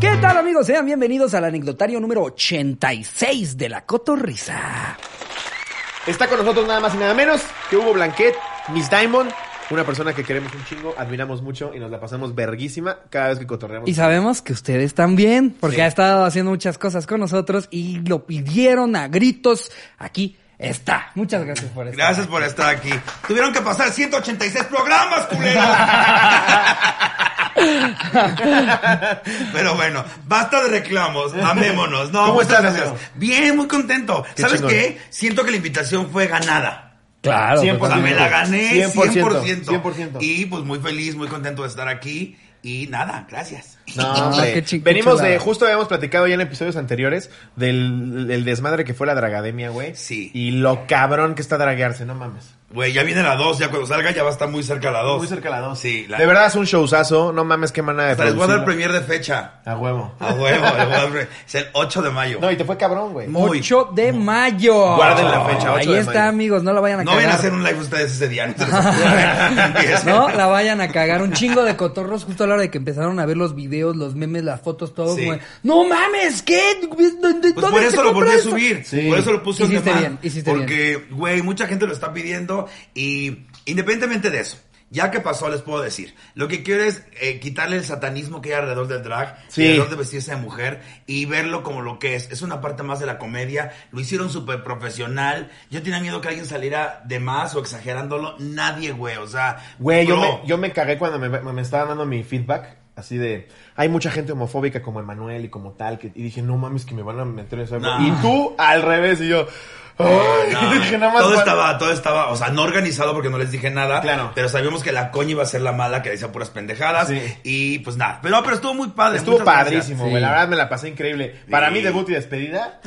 ¿Qué tal amigos? Sean bienvenidos al anecdotario número 86 de la Cotorrisa. Está con nosotros nada más y nada menos que Hugo Blanquet, Miss Diamond, una persona que queremos un chingo, admiramos mucho y nos la pasamos verguísima cada vez que cotorreamos. Y sabemos que ustedes también, porque Sí. ha estado haciendo muchas cosas con nosotros y lo pidieron a gritos. Aquí está. Muchas gracias por estar. Gracias por estar aquí. Tuvieron que pasar 186 programas, culera. Pero bueno, basta de reclamos. Amémonos. No, ¿Cómo muchas estás, gracias. amigo? Bien, muy contento. Qué ¿Sabes chingón. qué? Siento que la invitación fue ganada. Claro. 100%. O sea, me la gané 100%, 100%. 100%. Y pues muy feliz, muy contento de estar aquí. Y nada, gracias. No, Ah, hombre. qué chi- qué Venimos chulada. de, justo habíamos platicado ya en episodios anteriores del, del desmadre que fue la dragademia, güey. Sí. Y lo cabrón que está draguearse, no mames. Güey, ya viene la 2, ya cuando salga ya va a estar muy cerca la 2. Muy cerca la dos. Sí, la- De verdad es un showzazo, no mames qué manera de Hasta les voy a dar producirlo. premier de fecha. A huevo. A huevo, les voy a dar pre- es el 8 de mayo. No, y te fue cabrón, güey. Muy. 8 de mayo. Guarden la fecha, 8 Ahí de está, mayo. amigos, no la vayan a No cagar. vayan a hacer un live ustedes ese día. No la vayan a cagar. Un chingo de cotorros justo a la hora de que empezaron a ver los videos, los memes, las fotos, todo. Sí. como de, no mames, ¿qué? ¿Dónde, Pues por eso lo volví a compras? subir. Sí. Por eso lo puse Hiciste on bien, demand. hiciste porque, güey, mucha gente lo está pidiendo y independientemente de eso. Ya que pasó, les puedo decir. Lo que quiero es eh, quitarle el satanismo que hay alrededor del drag, Sí. alrededor de vestirse de mujer y verlo como lo que es. Es una parte más de la comedia. Lo hicieron súper profesional. Yo tenía miedo que alguien saliera de más o exagerándolo. Nadie, güey. O sea, Güey, yo bro. me, yo me cagué cuando me, me estaban dando mi feedback. Así de, hay mucha gente homofóbica como Emanuel y como tal. Que, y dije, no mames, que me van a meter en esa. No. Y tú al revés. Y yo, ay, No, dije, nada más. todo para- estaba, todo estaba, o sea, no organizado porque no les dije nada. Claro. Pero sabíamos que la coña iba a ser la mala que decía puras pendejadas. Sí. Y pues nada. Pero, no, pero estuvo muy padre. Estuvo muchas gracias. padrísimo, Sí. güey. La verdad me la pasé increíble. Para Sí. mí, debut y despedida,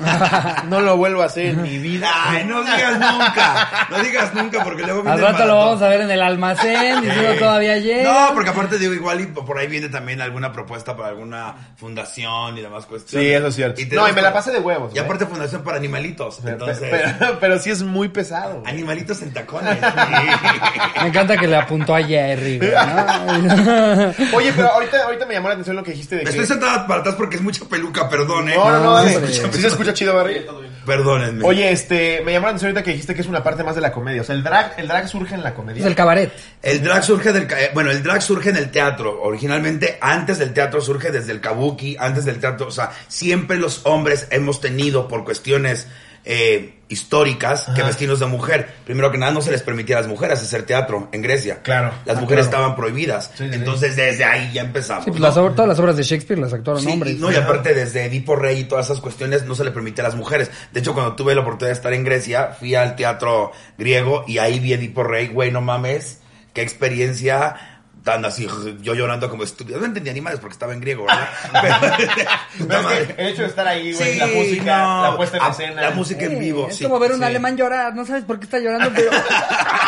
no lo vuelvo a hacer en mi vida. Ay, no digas nunca. No digas nunca porque luego viene Al el rato lo maratón. vamos a ver en el almacén, diciendo todavía llega. No, porque aparte digo, igual y por ahí viene también alguna propuesta para alguna fundación y demás cuestiones. Sí, eso es cierto. tenemos No, y me la como- pasé de huevos, Y güey. aparte fundación para animalitos. Pero- Entonces, pero, pero sí es muy pesado. güey. animalitos en tacones. sí. Me encanta que le apuntó a Jerry, güey, ¿no? Oye, pero ahorita, ahorita me llamó la atención lo que dijiste de que. Estoy sentada para atrás porque es mucha peluca, perdón, eh. No, no, no, dale. Hombre. Sí se escucha chido, Barry. Perdónenme. Oye, este, me llamó la atención ahorita que dijiste que es una parte más de la comedia. O sea, el drag, el drag surge en la comedia. Es el cabaret. El drag surge del ca- eh, bueno, el drag surge en el teatro. Originalmente antes del teatro surge desde el kabuki, antes del teatro, o sea, siempre los hombres hemos tenido por cuestiones eh, históricas que vestirnos de mujer. Primero que nada no se les permitía a las mujeres hacer teatro en Grecia. Claro. Las Ah, mujeres claro. estaban prohibidas. Sí, sí, sí. Entonces desde ahí ya empezamos. Sí, pues ¿no? las obras- todas las obras de Shakespeare las actuaron Sí, hombres. y No, y aparte desde Edipo Rey y todas esas cuestiones no se le permite a las mujeres. De hecho, cuando tuve la oportunidad de estar en Grecia, fui al teatro griego y ahí vi Edipo Rey, güey, no mames, qué experiencia tan así, yo llorando como estúpido. No entendía ni madres porque estaba en griego, ¿verdad? Pero, Pero puta es que madre. el hecho de estar ahí, güey, Sí, la música, no, Ah, la puesta en a- escena. La música en vivo. es sí, como ver a un sí. alemán llorar, no sabes por qué está llorando, pero.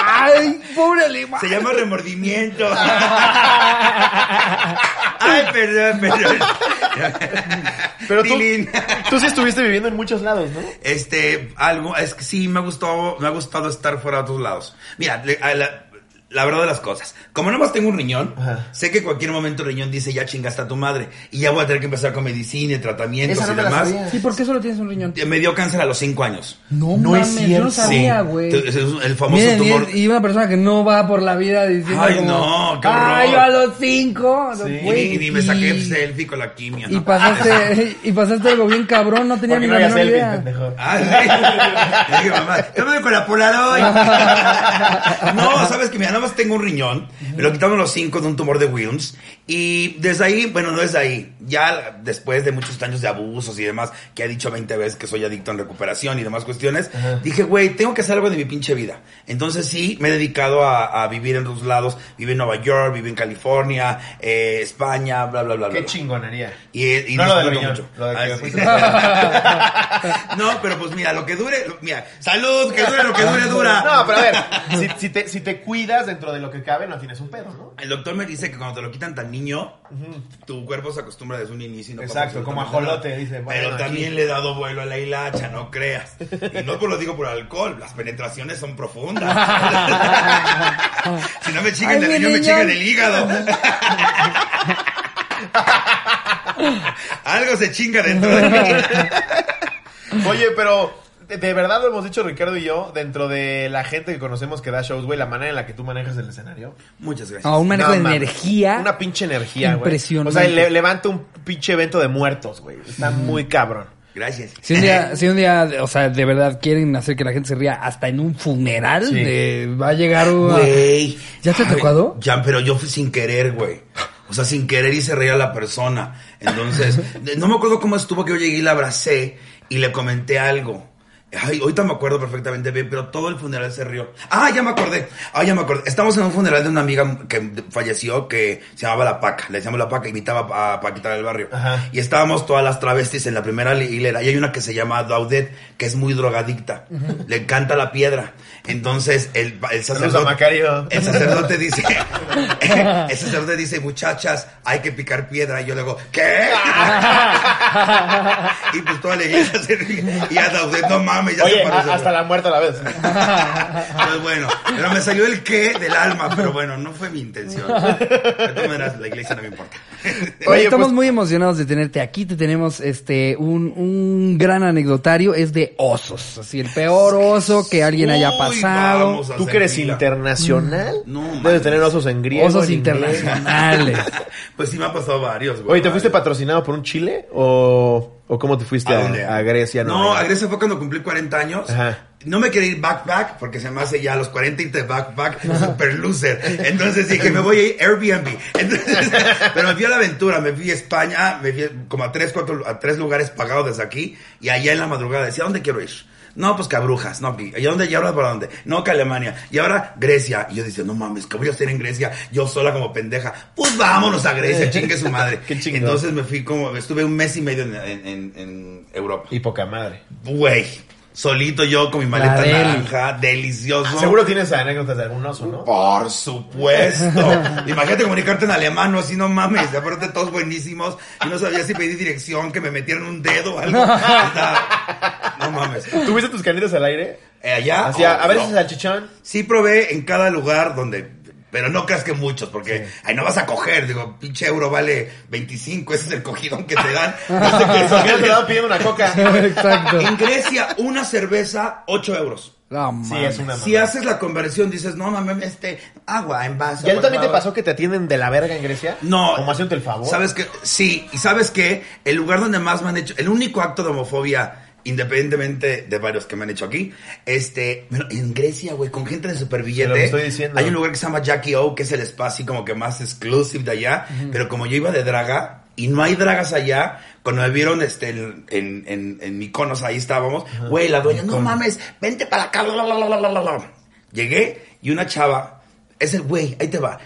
¡Ay, pobre alemán! Se llama remordimiento. Ay, perdón, perdón. Pero tú, Tilín. tú sí estuviste viviendo en muchos lados, ¿no? Este, algo, es que sí, me ha gustado, me ha gustado estar fuera de otros lados. Mira, le- a la, la verdad de las cosas. Como nomás tengo un riñón, Ajá. sé que cualquier momento el riñón dice, ya chingaste a tu madre. Y ya voy a tener que empezar con medicina, y tratamientos Esa no y me la demás. sabía. Sí, ¿por qué solo tienes un riñón? Me dio cáncer a los cinco años. No, No es mames, yo no cierto. sabía, güey. Es el famoso Miren, tumor. miren, y una persona que no va por la vida diciendo Ay, como, no, qué horror. Ay, yo a los cinco. a los- Sí. Y, ni- güey, y ni me saqué y- selfie con la quimia. Y ¿no? pasaste, y pasaste algo bien cabrón, no tenía Porque ni no la había menor selfie, idea. pendejo. Ah, sí. Le dije, mamá, tómame con la Polaroid. no, sabes que mira, nada más tengo un riñón. Me lo quitaron los cinco de un tumor de Wilms. Y desde ahí, bueno, no desde ahí. Ya después de muchos años de abusos y demás, que he dicho 20 veces que soy adicto en recuperación y demás cuestiones, dije, güey, tengo que hacer algo de mi pinche vida. Entonces sí, me he dedicado a, a vivir en otros lados. Viví en Nueva York, viví en California, eh, España, bla, bla, bla. bla. Qué chingonería. Y, y No lo del disfruto riñón, lo de que Ah, sí. fuiste. no, pero pues mira, lo que dure, lo- mira, salud, que dure lo que dure, dura. No, pero a ver, si, si te, si te cuidas dentro de lo que cabe, no tienes un pedo, ¿no? El doctor me dice que cuando te lo quitan tan niño, tu cuerpo se acostumbra desde un inicio. y no pasa Exacto, como absolutamente ajolote, nada. dice, bueno, Pero aquí. también le he dado vuelo a la hilacha, no creas. Y no por lo digo por alcohol, las penetraciones son profundas. si no me Ay, chingan el mi niño, me riñón. chingan el hígado. algo se chinga dentro de mí. Oye, pero de, de verdad lo hemos dicho Ricardo y yo, dentro de la gente que conocemos que da shows, güey, la manera en la que tú manejas el escenario. Muchas gracias. A un manejo No, de mames. energía. Una pinche energía, güey. Impresionante. O sea, le- levanta un pinche evento de muertos, güey. Está muy cabrón. Gracias. Si un día, si un día, o sea, de verdad quieren hacer que la gente se ría hasta en un funeral, Sí. eh, va a llegar un... Güey. ¿Ya te Ay, tocó, Ado? Ya, pero yo fui sin querer, güey. O sea, sin querer hice reír a la persona. Entonces, de- no me acuerdo cómo estuvo que yo llegué y la abracé y le comenté algo. Ay, ahorita me acuerdo perfectamente bien, pero todo el funeral se rió. Ah, ya me acordé. Ah, ya me acordé. Estamos en un funeral de una amiga que falleció que se llamaba La Paca. Le decíamos La Paca, invitaba a Paquita del Barrio. Ajá. Y estábamos todas las travestis en la primera li- hilera. Y hay una que se llama Daudet, que es muy drogadicta. Le encanta la piedra. Entonces, el, el Saludos a sacerdote... Macario. El sacerdote dice, el sacerdote dice, muchachas, hay que picar piedra. Y yo le digo, ¿qué? y pues toda la iglesia se ríe. Y hasta usted, no mames, ya Oye, se paró. a- hasta la muerte a la vez. Pues bueno, pero me salió el qué del alma, pero bueno, no fue mi intención. De todas maneras, la iglesia no me importa. Oye, Oye, estamos pues- muy emocionados de tenerte aquí. Te tenemos este un, un gran anecdotario. Es de osos. Así, el peor oso que alguien haya Uy, pasado. vamos a Tú hacer que eres fila. internacional, No, debes mames. tener osos en griego. Osos en inglés. internacionales. Pues sí me han pasado varios, güey. Oye, ¿te fuiste varios. patrocinado por un chile o, o cómo te fuiste a, dónde? a Grecia? No, Nueva a York? Grecia fue cuando cumplí 40 años. Ajá. No me quería ir backpack porque se me hace ya a los 40 irte backpack super loser. Entonces dije, me voy a ir Airbnb. Entonces, pero me fui a la aventura, me fui a España, me fui como a tres, cuatro, a tres lugares pagados desde aquí y allá en la madrugada decía, ¿a dónde quiero ir? No, pues que a Brujas, no, ¿y a dónde? ¿Y ahora para dónde? No, que a Alemania. Y ahora Grecia. Y yo decía, no mames, ¿qué voy a hacer en Grecia? Yo sola como pendeja. Pues vámonos a Grecia, chingue su madre. Qué chingón. Entonces me fui como, estuve un mes y medio en, en- en- en Europa. Y poca madre. Güey, solito yo con mi maleta deli. naranja, delicioso. Ah, Seguro tienes anécdotas de algún oso, ¿no? Por supuesto. Imagínate comunicarte en alemán, no así no mames. Aparte todos buenísimos. Y no sabía si pedí dirección, que me metieran un dedo o algo. Está- No mames. ¿Tuviste tus canitas al aire? Eh, allá. Hacia, oh, a ver no. ese salchichón. Sí probé en cada lugar donde... Pero no creas que muchos, porque ahí no vas a coger. Digo, pinche euro vale 25, ese es el cogidón que te dan. No sé qué Yo te es. estaba pidiendo una coca. Exacto. En Grecia, una cerveza, 8 euros. No, Sí, mames. es una Si mamá. haces la conversión, dices, no mames, este, agua en vaso. ¿Y a ti por también te favor". pasó que te atienden de la verga en Grecia? No. Como haciéndote el favor. ¿Sabes que Sí, y ¿sabes que El lugar donde más me han hecho, el único acto de homofobia, independientemente de varios que me han hecho aquí, este, bueno, en Grecia, güey, con gente de Te super lo billete. estoy diciendo. Hay un lugar que se llama Jackie O, que es el espacio como que más exclusive de allá, pero como yo iba de draga, y no hay dragas allá. Cuando me vieron este, en, en, en, en Mykonos, ahí estábamos. Güey, la dueña, no mames, vente para acá. la, la, la, la, la, la". Llegué y una chava, es el güey, ahí te va.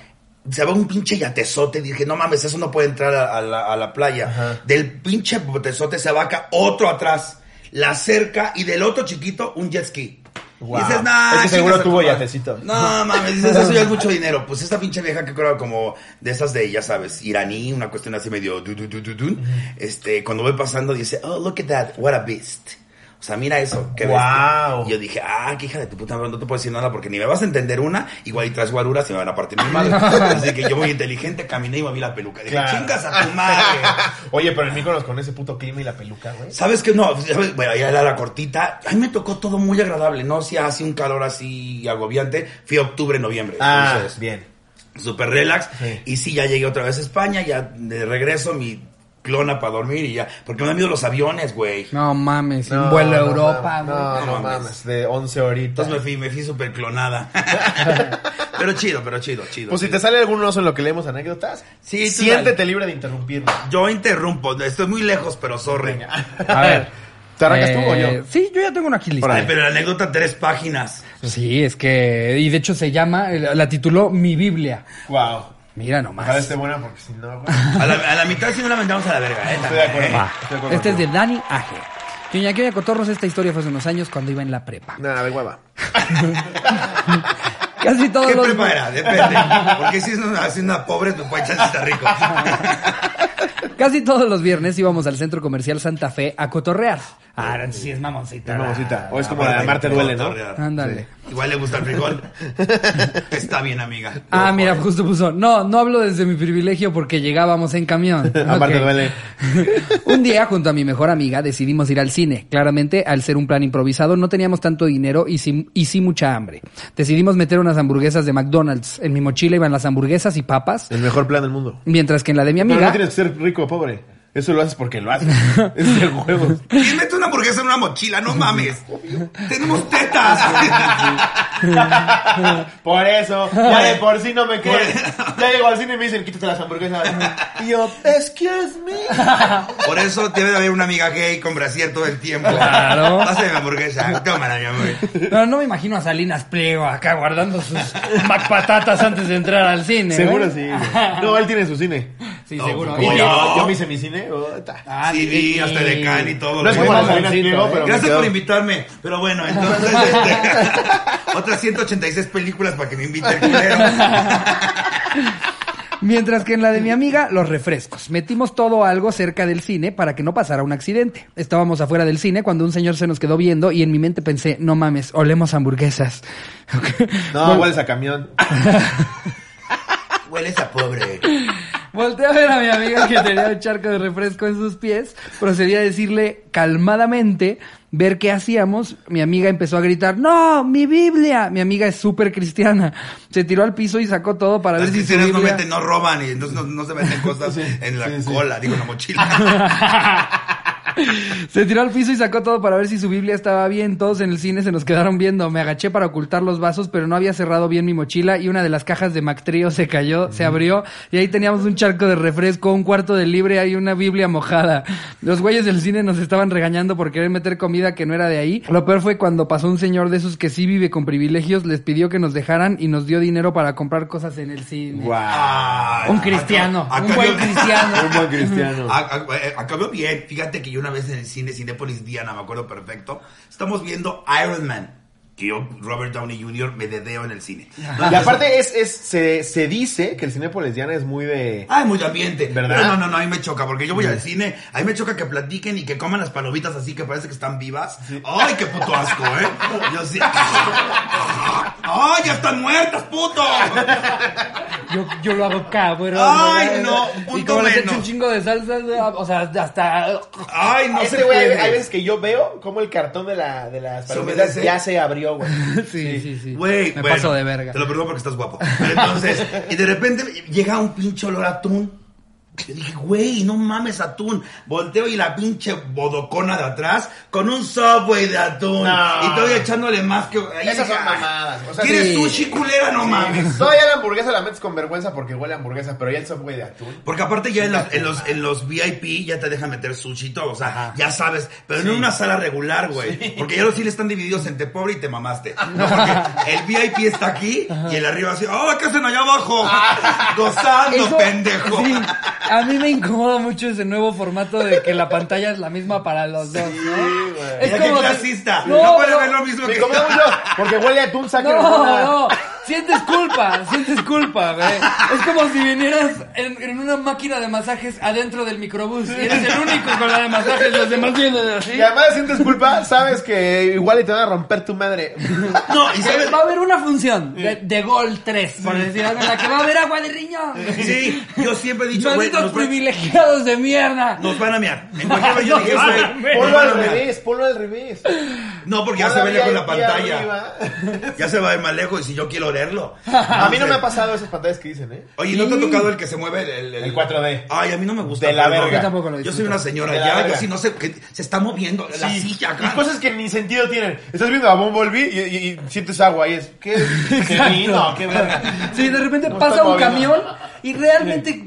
Se va un pinche yatezote. Dije, no mames, eso no puede entrar a, a la, a la playa. Ajá. Del pinche botezote se vaca otro atrás. La cerca y del otro chiquito un jet ski. Wow. Y dices, nah, Es que seguro chingas a tu tuvo madre". yatecito. No mames, dices, eso ya es mucho dinero. Pues esta pinche vieja que creo como de esas de, ya sabes, iraní, una cuestión así medio du, du, du, du, du. Este, cuando voy pasando dice, oh, look at that, what a beast. O sea, mira eso, qué bestia. Wow. Y yo dije, ah, qué hija de tu puta madre, no te puedo decir nada porque ni me vas a entender una, igual y traes guaruras y me van a partir mi madre. así que yo muy inteligente caminé y moví la peluca. Dije, Claro. chingas a tu madre. Oye, pero en Míconos con ese puto clima y la peluca, güey. ¿Sabes qué? No, ¿sabes? bueno, ya era la cortita. A mí me tocó todo muy agradable, ¿no? Si hace un calor así agobiante. Fui a octubre, noviembre. Ah, Entonces, bien. súper relax. Sí. Y sí, ya llegué otra vez a España, ya de regreso mi clona para dormir y ya. Porque me han miedo los aviones, güey. No mames, un vuelo a no Europa, mames, güey. No, no No mames, mames. de 11 horitas. Entonces me fui, me fui súper clonada. pero chido, pero chido, chido. Pues si te sale algún oso en lo que leemos anécdotas, Sí, tú siéntete libre de interrumpirnos. Yo interrumpo, estoy muy lejos, pero sorry. A ver. ¿Te arrancas tú o Eh, yo? Sí, yo ya tengo una aquí lista. Ay, pero la anécdota, tres páginas. Sí, es que... Y de hecho se llama... eh, La tituló Mi Biblia. Wow. Mira Ojalá nomás. esté buena porque si no, güey. A la, a la mitad sí no la mandamos a la verga, ¿eh? Estoy de acuerdo. Va. Estoy de acuerdo Este es de contigo. Dani Aje. Yo ya Cotorros, esta historia fue hace unos años cuando iba en la prepa. Nada, de hueva. Casi todos ¿Qué los... pues, Ah, prepara? Depende. Porque si es una, si es una pobre, tu pacha sí está rico. Casi todos los viernes íbamos al centro comercial Santa Fe a cotorrear. Ah, no, sí, es mamoncita. Es mamoncita. O es como la Ah, Aparte, de Marte duele, ¿no? cotorrear. Ándale. Igual le gusta el frijol. Está bien, amiga. eh. Ah, eh. mira, justo puso. No, no hablo desde mi privilegio porque llegábamos en camión. Aparte Ok. duele. un día, junto a mi mejor amiga, decidimos ir al cine. Claramente, al ser un plan improvisado, no teníamos tanto dinero y sí, y sí mucha hambre. Decidimos meter unas hamburguesas de McDonald's. En mi mochila iban las hamburguesas y papas, El mejor plan del mundo. mientras que en la de mi Pero amiga... no tienes que ser rico o pobre. Eso lo haces porque lo haces. es de huevos. ¿Quién mete una hamburguesa en una mochila? No mames. Tenemos tetas. Por eso, ya de por sí no me creo. Ya llego al cine y me dicen, quítate las hamburguesas. Y yo, excuse me. Por eso debe de haber una amiga gay con brasier todo el tiempo. Claro. Pásame la hamburguesa. Tómala, mi amor. No, no me imagino a Salinas Pliego acá guardando sus macpatatas antes de entrar al cine. Seguro ¿eh? sí. güey. No, él tiene su cine. Sí, No, seguro. ¿cómo Y- no? Yo, yo me hice mi cine. oh, ta. Ah, sí, vi hasta el Can y todo. No es Muy como la Salinas mamoncito, Pliego, ¿eh? pero. me Gracias quedo- por invitarme. Pero bueno, entonces, este, otras 186 películas para que me invite el culero. Mientras que en la de mi amiga, los refrescos. Metimos todo algo cerca del cine para que no pasara un accidente. Estábamos afuera del cine cuando un señor se nos quedó viendo y en mi mente pensé, no mames, olemos hamburguesas. Ok. No, hueles a camión. Hueles a pobre. Volté a ver a mi amiga que tenía un charco de refresco en sus pies. Procedí a decirle calmadamente, ver qué hacíamos. Mi amiga empezó a gritar, no, mi Biblia. Mi amiga es súper cristiana. Se tiró al piso y sacó todo para Las ver si su cristianas no Biblia... meten, no roban y entonces no, no se meten cosas en la sí, sí. cola, digo, en la mochila. Se tiró al piso y sacó todo para ver si su Biblia estaba bien. Todos en el cine se nos quedaron viendo. Me agaché para ocultar los vasos, pero no había cerrado bien mi mochila y una de las cajas de Mactrío se cayó, se abrió y ahí teníamos un charco de refresco, un cuarto de libre y una Biblia mojada. Los güeyes del cine nos estaban regañando por querer meter comida que no era de ahí. Lo peor fue cuando pasó un señor de esos que sí vive con privilegios, les pidió que nos dejaran y nos dio dinero para comprar cosas en el cine. Guau. Ah, Un acá- cristiano, acá un buen yo- cristiano. Un buen cristiano. A- a- eh, Acabó bien. Fíjate que yo una vez en el cine Cinépolis Diana, me acuerdo perfecto, estamos viendo Iron Man. Que yo, Robert Downey Jr., me dedeo en el cine. Y aparte, es, es, se, se dice que el Cinépolis Diana es muy de. Ay, muy ambiente. ¿Verdad? Pero no, no, no, ahí me choca, porque yo voy al cine, ahí me choca que platiquen y que coman las palomitas así que parece que están vivas. Ay, qué puto asco, ¿eh? Yo sí. Ay, ya están muertas, puto. Yo, yo lo hago cabrón. Ay, güey. no, y punto como les menos. echo un chingo de salsa, güey, ah, o sea, hasta... Ay, no Este se güey, hay, puede. hay veces que yo veo como el cartón de, la, de las Se palomitas humedece. ya se abrió, güey. Sí, sí, sí. Güey, Me bueno, paso de verga. Te lo perdono porque estás guapo. Pero entonces, y de repente llega un pinche olor a atún. Yo dije, güey, no mames atún. Volteo y la pinche bodocona de atrás con un subway de atún. No. Y todavía echándole más que. ahí Esas son dije, "Ay, mamadas, o sea, ¿Quieres sí. sushi culera? No mames. Todavía la hamburguesa la metes con vergüenza porque huele a hamburguesa, pero ya el software de atún. Porque aparte ya en, la- en los, en los VIP ya te dejan meter sushi y todo, o sea, ya sabes, pero no en una sala regular, güey. Porque ya los chiles están divididos entre pobre y te mamaste. No, porque el VIP está aquí y el arriba así, ¡oh, qué hacen allá abajo! Gozando, Eso- pendejo. sí, a mí me incomoda mucho ese nuevo formato de que la pantalla es la misma para los dos, ¿no? güey. Es Mira qué como si- clasista. No, No, puede no. ver lo mismo Me que comió mucho porque huele a atún, saque No, no, sientes culpa, sientes culpa, güey. Es como si vinieras en, en una máquina de masajes adentro del microbús y eres el único con la de masajes, los demás vienen así. Y además sientes culpa, sabes que igual y te van a romper tu madre. No, y sabes, Va a haber una función de, de gol 3, por decir algo, en la que va a haber agua de riñón. sí, yo siempre he dicho, güey, Malditos nos, van- privilegiados de mierda. nos van a mear. En cualquier momento yo dije, Nos van a güey, mear. nos Ponlo van a al mear. revés, ponlo al revés. No, porque ya se Ponlo ve con la ahí pantalla. arriba. Ya se va a ver más lejos y si yo quiero leerlo. A mí no me ha pasado esas pantallas que dicen, ¿eh? Oye, ¿no te ha tocado el que se mueve el, El 4D. Ay, a mí no me gusta. De la perdón. verga. Yo tampoco lo Yo soy disfruto. una señora De la ya, yo verga. sí no sé qué se está moviendo la silla Y acá. cosas que ni sentido tienen. Estás viendo a Bumblebee y, y- y sientes agua y es. ¿Qué? qué lindo, qué verga. Sí, de repente No pasa está un moviendo. camión y realmente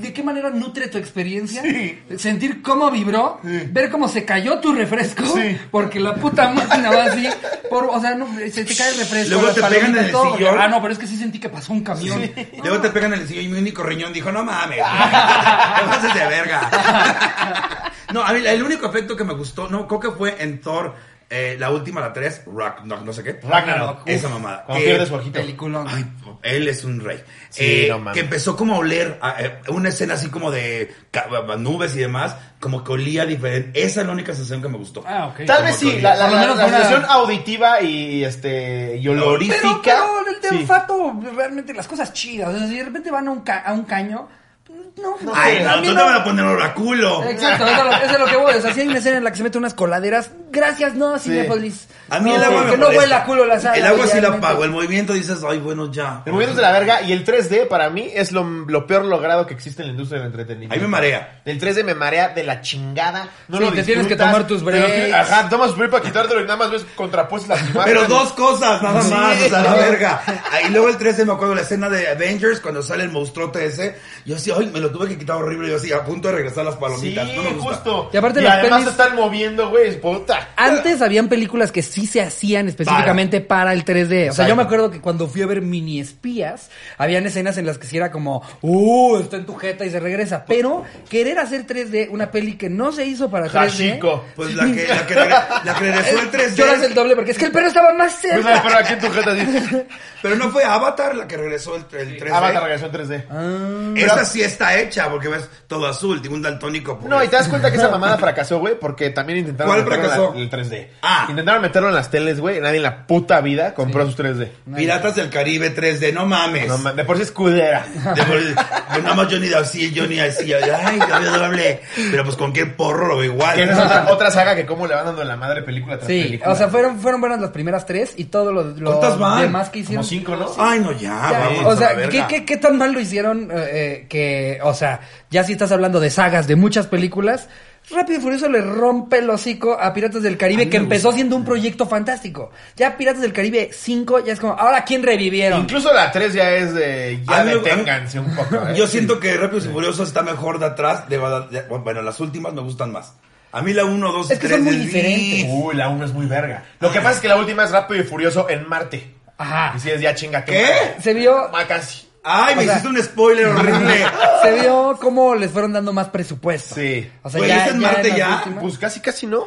de qué manera nutre tu experiencia, Sí. sentir cómo vibró, ver cómo se cayó tu refresco, Sí. porque la puta máquina va así, por, o sea, no, se te cae el refresco, Luego las te pegan en palomitas, el todo, porque, sillón. ah, no, pero es que sí sentí que pasó un camión. Luego te pegan en el sillón y mi único riñón dijo, no mames, te Ah. pases de verga. No, a mí el único efecto que me gustó, no, creo que fue en Thor, Eh, la última, la 3, Rock, no, no sé qué. Ragnarok. Esa mamada. Cuando Eh, pierdes su ojito. Peliculón. Ay, él es un rey. Sí, Eh, no mames. que empezó como a oler a, eh, una escena así como de ca- nubes y demás, como que olía diferente. Esa es la única sensación que me gustó. Ah, ok. Tal Como vez sí, que- la, la, Por lo la- menos la una- sensación auditiva y este y Pero, olorífica. pero, pero el de sí. olfato, realmente las cosas chidas. O sea, si de repente van a un, ca- a un caño, pues, no. Ay, sé, no, a tú mí te no- vas a poner oráculo. Exacto, eso es, lo, eso es lo que voy. O sea, si hay una escena en la que se mete unas coladeras, gracias, no, Cinépolis. A mí No, el agua me Que no molesta. huele a culo la sala. El agua sí la realmente. apago. El movimiento dices, ay, bueno, ya. El movimiento es de la verga y el 3D para mí es lo, lo peor logrado que existe en la industria del entretenimiento. Ahí me marea. El 3D me marea de la chingada. No Sí, lo te tienes que disfrutas, tomar tus te lo- breaks. Ajá, tomas break para quitártelo y nada más ves contrapuestas las imágenes. Pero dos cosas, nada Sí. más, o sea, la verga. Ahí luego el 13 me acuerdo la escena de Avengers cuando sale el monstruote ese. Yo así, ay, me lo tuve que quitar horrible. Yo así, a punto de regresar las Sí, palomitas. no me gusta. justo. Y aparte las además pelis- Ah, se están moviendo, güey, puta. Antes habían películas que sí se hacían específicamente para, el 3D. O sea, Exacto. yo me acuerdo que cuando fui a ver mini espías, habían escenas en las que sí era como, uh, está en tu jeta y se regresa. Pero querer hacer 3D, una peli que no se hizo para 3D. Hashiko. Pues la que, la que, regre- la que regresó el este. 3D. Lloras el doble porque es que el perro estaba más Pues cerca. la perra aquí en tu jeta así. Pero no fue Avatar la que regresó el, el 3D. Avatar regresó en 3D. Ah, Esa sí está hecha porque ves todo azul, tiene un daltónico. pues. No, y te das cuenta que esa mamada fracasó, güey, porque también intentaron ¿Cuál meterlo en la- fracasó? el 3D. Ah. Intentaron meterlo en las teles, güey, y nadie en la puta vida compró sus 3D. Piratas del Caribe 3D, no mames. No ma- de por sí escudera. De por- de nada más Johnny así, Johnny así, ay, doble, doble. Pero pues con qué porro lo veo igual. Que esa es otra, otra saga que cómo le van dando la madre película tras Sí, película. o sea, fueron, fueron buenas las primeras tres y todo lo, lo ¿Cuántas van? demás que hicieron. como cinco, ¿no? Ah, Ay, no, ya, Ya, vamos. o sea, ¿qué, qué, qué tan mal lo hicieron eh, eh, que, o sea, ya si estás hablando de sagas, de muchas películas, Rápido y Furioso le rompe el hocico a Piratas del Caribe, que empezó siendo un proyecto fantástico. Ya Piratas del Caribe 5 ya es como, ahora ¿quién revivieron? Incluso la 3 ya es de. A Ya Ah, mí me- deténganse un poco. ¿eh? Yo siento que Rápidos y Furiosos está mejor de atrás. De, de- bueno, las últimas me gustan más. A mí la 1, 2 y Es que 3 son muy del diferentes. Beat. Uy, la 1 es muy verga. Lo que pasa es que la última es Rápido y Furioso en Marte. Ajá. Y si es ya chinga. ¿Qué? Se vio, Ma- casi. Ay, me O sea- hiciste un spoiler horrible. se vio cómo les fueron dando más presupuesto. Sí. O sea, Güey, ya, ¿es en ya Marte las ya? últimas- Pues casi, casi no.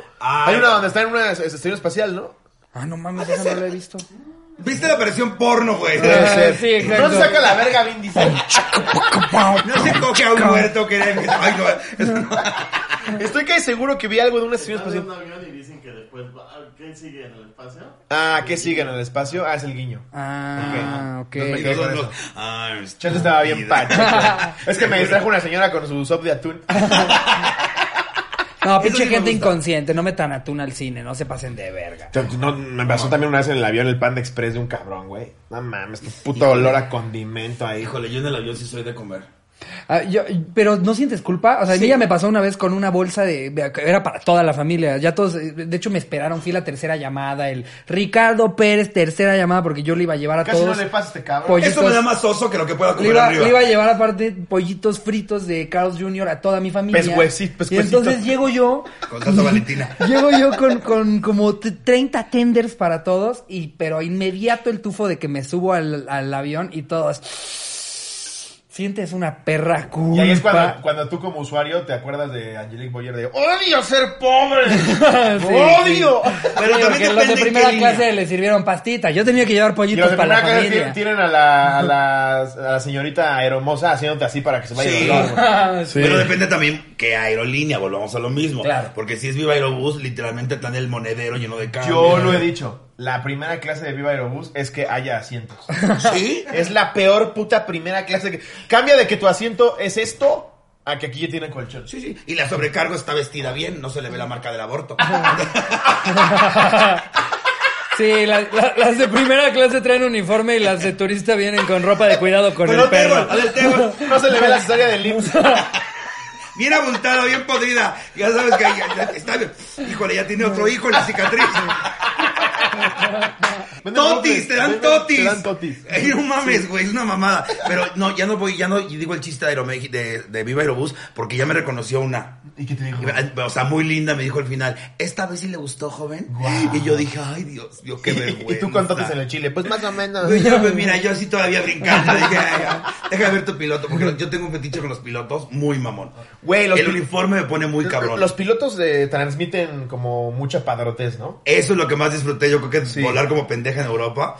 Hay Ay. una donde está en una es- estación espacial, ¿no? Ah, no mames, eso no lo he visto. ¿Viste la versión porno, güey? Ah, sí, exacto. No se saca la verga Vin Diesel. No se coge a un muerto que... Ay, no, Ah, eso no. Estoy casi seguro que vi algo de una estación Salen en espacial. un avión y dicen que después va, ah, ¿qué sigue en el espacio? Ah, ¿qué sigue en el espacio? Ah, es el guiño. Ah, ok. Y quedé con nosotros, eso. "Ay, Chance estaba bien estúpida". pacho. es que me distrajo una señora con su sop de atún. No, Eso pinche sí me gente gusta. inconsciente, no metan atún al cine, no se pasen de verga. Yo- no, me pasó también una vez en el avión el Panda Express de un cabrón, güey. No mames, tu puto olor a condimento ahí. Híjole, yo en el avión sí soy de comer. Ah, yo- pero no sientes culpa. O sea, a mí ya me pasó una vez con una bolsa de. de- que Era para toda la familia. Ya todos. eh, De hecho, me esperaron. Fui la tercera llamada. El Ricardo Pérez, tercera llamada, porque yo le iba a llevar a Casi todos. no le pasa a este Pues- cabrón. Pollitos. Esto me da más oso que lo que pueda le comer iba, arriba. le iba a llevar aparte pollitos fritos de Carlos Jr. a toda mi familia. Pescueci- pescuecito. Y entonces llego yo, Con salsa valentina. llego yo con, con como t- 30 tenders para todos, y pero inmediato el tufo de que me subo al, al avión y todos. Sientes una perra culpa. Y ahí es cuando, cuando tú como usuario te acuerdas de Angelique Boyer de ¡Odio ser pobre! Sí, ¡Odio! sí. Pero Sí, también porque los de depende en qué primera línea. clase le sirvieron pastita. Yo tenía que llevar Y pollitos los de pues para la primera clase familia. tienen- tienen a la, a, la, a la señorita hermosa haciéndote así para que se vaya Sí. el olor, güey. Sí. Pero depende también qué aerolínea, volvamos a lo mismo. Claro. Porque si es Viva Aerobús, literalmente están el monedero lleno de Yo cambio. lo he dicho. La primera clase de Viva Aerobús es que haya asientos. ¿Sí? Es la peor puta primera clase que... Cambia de que tu asiento es esto a que aquí ya tienen colchón. Sí, sí. Y la sobrecargo está vestida bien, no se le ve la marca del aborto. Ah, Ah, Sí, la- la- las de primera clase traen uniforme y las de turista vienen con ropa de cuidado con Con el el perro. table, con el table. No se le ve la cesárea del IMSS. Bien abultada, bien podrida. Ya sabes que ahí- ya- ya está bien. Híjole, ya tiene otro hijo en la cicatriz. Totis, te dan totis. Te dan totis. Eh, Ey, no mames, güey, es una mamada. Pero no, ya no voy, ya no y digo el chiste de Aeromex, de, de Viva Aerobús, porque ya me reconoció una. ¿Y qué te dijo? O sea, muy linda, me dijo al final. Esta vez sí le gustó, joven. Guau. Y yo dije, ay, Dios, Dios, qué vergüenza. ¿Y tú con totis en el chile? Pues más o menos. Güey, ya, pues, mira, yo así todavía brincando. Dije, ay, ay, deja ver tu piloto, porque yo tengo un fetiche con los pilotos muy mamón. Güey, los el pi- uniforme me pone muy cabrón. Los pilotos eh, transmiten como mucha padrotez, ¿no? Eso es lo que más disfruté. Yo creo que Sí. volar como pendeja en Europa.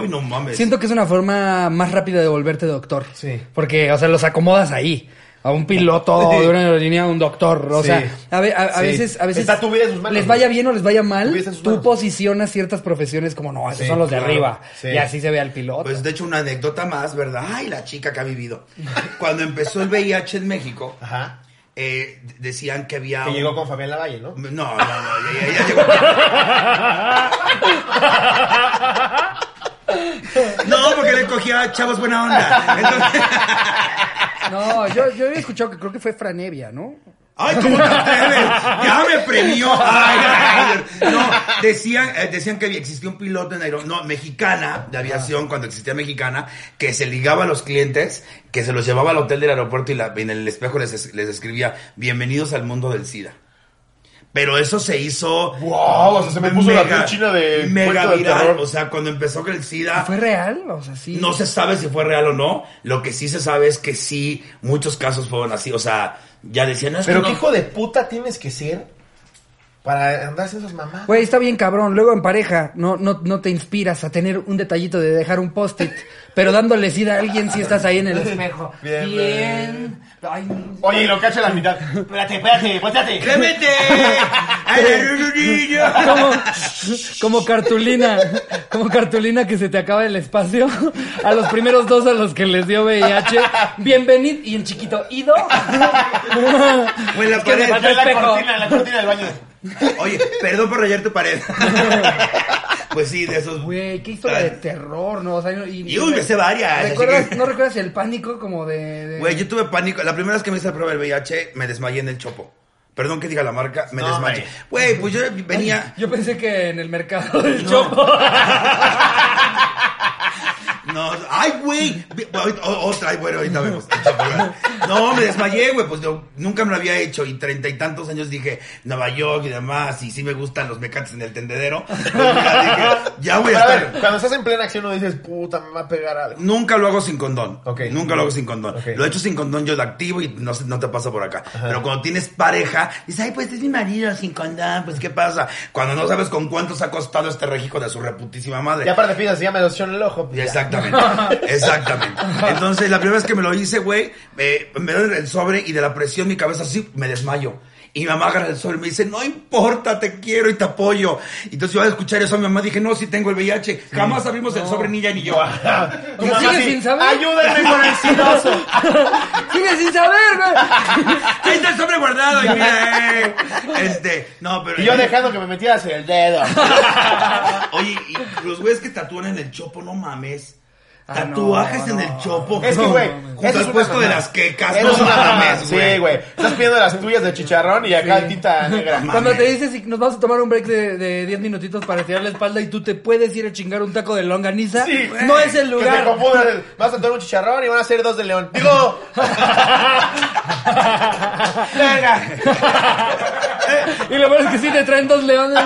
Ay, no mames. Siento que es una forma más rápida de volverte doctor. Sí. Porque, o sea, los acomodas ahí. A un piloto Sí. de una aerolínea, a un doctor. O Sí. sea, a, ve- a- a Sí. veces, a veces. Está tu vida en sus manos, Les güey. vaya bien o les vaya mal, Tu vida está en sus tú manos. posicionas ciertas profesiones como, no, esos Sí, son los de claro. arriba. Sí. Y así se ve al piloto. Pues de hecho una anécdota más, ¿verdad? Ay, la chica que ha vivido. Cuando empezó el VIH en México, Ajá. eh, d- decían que había... Que un- llegó con Fabián Lavalle, ¿no? No, no, no, ya, ya- ya llegó. No, porque le cogía a chavos buena onda. Entonces- No, yo, yo he escuchado que creo que fue Franevia, ¿no? Ay, ¿cómo te atreves? Ya me premió. Ay, ay, ay. No, decían, eh, decían que había- existía un piloto en aero, no, mexicana, de aviación, cuando existía mexicana, que se ligaba a los clientes, que se los llevaba al hotel del aeropuerto y la- en el espejo les, es- les escribía, bienvenidos al mundo del SIDA. Pero eso se hizo. Wow, o sea, se me puso la piel china de Mega cuento de viral. terror. O sea, cuando empezó con el Ah. SIDA. ¿Fue real? O sea, sí. No se sabe si fue real o no. Lo que sí se sabe es que sí, muchos casos fueron así. O sea, ya decían, "No, es que Pero no- qué hijo de puta tienes que ser para andarse esas mamás. Güey, está bien cabrón. Luego en pareja no, no, no te inspiras a tener un detallito de dejar un post-it, pero dándole sida a alguien si estás ahí en el espejo. Bien, Bien. Ay, Oye, y lo cacha a la mitad. Espérate, espérate, volteate. ¡Clemente! ¡Ay, era un niño! como, como cartulina, como cartulina que se te acaba el espacio. A los primeros dos a los que les dio VIH, bienvenido y en chiquito, ido. O en la Es que me pared. faltó el la espejo. cortina, en la cortina del baño. Oye, perdón por rayar tu pared. pues sí, de esos. Güey, qué historia de terror, ¿no? O sea, y, Y uy, me sé varias. ¿recuerdas- así que- ¿No recuerdas el pánico como de...? de- Güey, yo tuve pánico. La primera vez que me hice la prueba del VIH, me desmayé en el chopo. Perdón que diga la marca, me No, desmayé. Güey, pues yo venía. Yo pensé que en el mercado del Chopo. No, ay, güey. Vi- ahorita- o- Otra, ay, bueno, ahorita vemos. No, me desmayé, güey. Pues yo nunca me lo había hecho. Y treinta y tantos años dije, Nueva York y demás. Y sí me gustan los mecates en el tendedero. Pues mira, dije, ya voy a Pero a ver, estar. cuando estás en plena acción no dices, puta, me va a pegar algo. Nunca lo hago sin condón. Ok. Nunca lo hago sin condón. Ok. Lo he hecho sin condón, yo lo activo y no, se- no te pasa por acá. Pero cuando tienes pareja, dices, ay, pues es mi marido sin condón, pues qué pasa. Cuando no sabes con cuántos ha costado este rejico de su reputísima madre. Ya para piensas, ya me lo echó en el ojo. pues, ya. Exactamente, exactamente. Entonces, la primera vez que me lo hice, güey, eh, me dan el sobre y de la presión mi cabeza así me desmayo. Y mi mamá agarra el sobre y me dice, no importa, te quiero y te apoyo. Y Entonces yo al escuchar eso a mi mamá dije, no, sí tengo el VIH. Jamás abrimos el sobre ni ella ni yo. Tu ¿Lo mamá sigues así, sin saber? Ayúdenme con el sidoso. Sigue sin saber, Ah, güey. Ahí está el sobre guardado. Y mira, eh. este, no, pero... Y yo dejando que me metieras el dedo. Oye, y los güeyes que tatúan en el chopo, no mames. Ah, no, Tatuajes no. en el chopo. Es que, No, güey, mames. eso Junto es al una puesto de mamada. las quecas. Eres No una mamá. mames, Sí, güey. Estás pidiendo las tuyas de chicharrón y acá tinta negra. Mames. Cuando te dices si nos vamos a tomar un break de de 10 minutitos para estirar la espalda y tú te puedes ir a chingar un taco de longaniza, Sí, güey. no es el Que te lugar. confundan el- Vas a tomar un chicharrón y van a ser dos de león. Digo. Y lo peor es que sí te traen dos leones,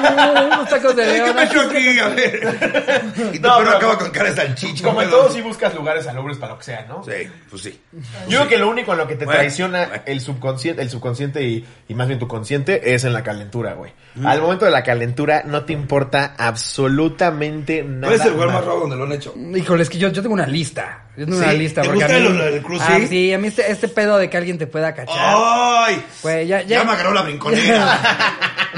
unos tacos de Ay, ¿Qué león. pasó aquí? A ver. Y tu No, perro pero- acaba con cara de salchicha. Como en pedo. todo, sí buscas lugares salubres para lo que sea, ¿no? Sí, pues sí. Yo creo que lo único en lo que te Bueno, traiciona bueno. el subconsciente, el subconsciente y, y más bien tu consciente es en la calentura, güey. Mm. Al momento de la calentura no te importa absolutamente nada. ¿Cuál es el lugar más más. raro donde lo han hecho? Híjole, es que yo, yo tengo una lista. Yo tengo ¿Sí? una lista. ¿Te porque gusta a mí, lo- lo del Oh, cruising? Ah, sí, a mí este, este pedo de que alguien te pueda cachar. ¡Ay! Güey, ya, ya, Ya me agarró la brinconera.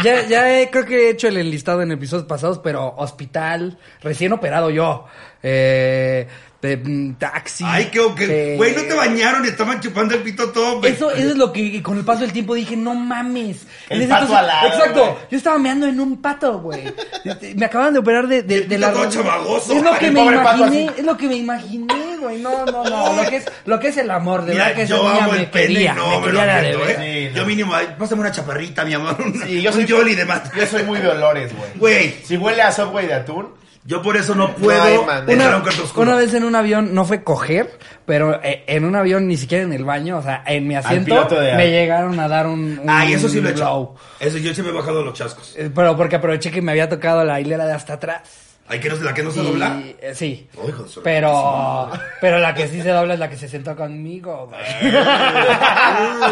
ya, ya he- creo que he hecho el enlistado en episodios pasados, pero hospital, recién operado yo. eh, de, mm, taxi. Ay, qué ok. eh, Güey, no te bañaron y estaban chupando el pito todo. güey. Eso, eso es lo que con el paso del tiempo dije, no mames. El En ese pato entonces- alado, Exacto. güey. Yo estaba meando en un pato, güey. Este, Me acaban de operar de, de, El de pito la. todo chamagoso. Es lo que El me pobre pato imaginé, es lo que me imaginé, güey. No, no, no. Lo que es, lo que es el amor, de verdad Mira, que esa yo niña amo el me pene, quería, no, me me lo quería la de aprieto, veras. ¿eh? Sí, no. Yo mínimo, ay, pásame una chaparrita, mi amor. una- Sí, yo un soy- yoli de más. Yo soy muy de olores, güey. Güey, Si huele a Subway de atún, yo por eso no puedo hay manera. entrar a un Una- cuarto oscuro. Una vez en un avión, no fue coger, pero eh, en un avión ni siquiera en el baño, o sea, en mi asiento piloto de- me llegaron a dar un, un Ay, eso sí lo he hecho. blow. Eso yo siempre he bajado los chascos. Eh, Pero porque aproveché que me había tocado la hilera de hasta atrás. Ay, que no, la que no se Y- dobla. eh, sí. Oh, hijo de su- Pero, pero la que sí se dobla es la que se sentó conmigo, güey. Eh,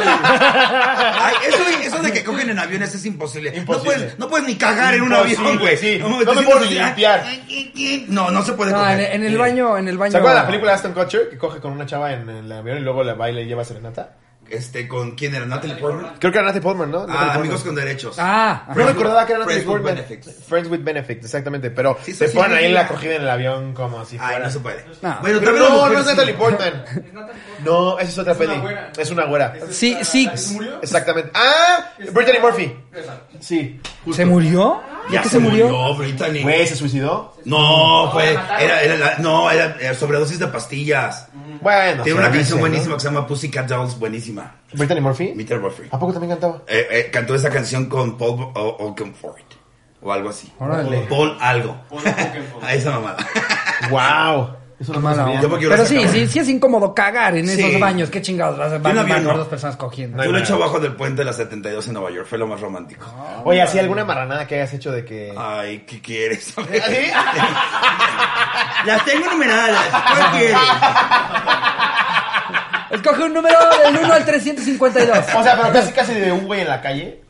Ay, eso, de- eso de que cogen en aviones es imposible. Imposible. No, puedes, no puedes ni cagar en un Imposible, avión, güey. sí. te No me sientas puedo ni así, limpiar. ay, No, no se puede No, en, coger. en el baño, en el baño. ¿Se acuerdan de la película de Aston Kutcher que coge con una chava en el avión y luego la baila y lleva serenata? Este, ¿con quién era? ¿Natalie Portman? Creo que era Natalie Portman, ¿no? Natalie Ah, Portman. Amigos con Derechos. Ah, No ajá. recordaba que era Natalie Friends with Portman. Benefits. Friends with Benefits, exactamente. Pero Sí, se sí, ponen sí, ahí sí. en la cogida en el avión como si fuera. Ay, no se puede. No. Bueno, Pero también no, las no mujeres es Natalie sí. Portman. No, esa es otra peli. Es una güera. Sí, Six. Exactamente. Ah, Brittany Murphy. Sí. ¿Se murió? ¿Ya que se murió? No, Brittany. Güey, se suicidó. No, fue. Era, era la- no, era, era sobredosis de pastillas. Bueno. Tiene se una dice, canción Mm. ¿no? buenísima que se llama Pussycat Dolls, buenísima. Brittany Murphy. Peter Buffy. ¿A poco también cantaba? Eh, eh, cantó esa canción con Paul Bo- o- Oakenfold. O algo así. Órale. Paul algo. Paul Oakenfold. A esa mamada. Wow. Eso no me Mala sabía. onda. Yo porque yo Pero la sí, sacaba. sí, sí es incómodo cagar en Sí. esos baños. Qué chingados vas a van, avión van no. con dos personas cogiendo. No hay Yo lo he hecho manera. abajo del puente de la 72 en Nueva York. Fue lo más romántico. Oye, ¿así alguna marranada que hayas hecho de que... ¿Ah, Ay, ¿qué quieres? ¿Así? Las tengo numeradas. ¿Cuál quieres? Escoge un número del 1 al 352. O sea, pero casi casi de un güey en la calle.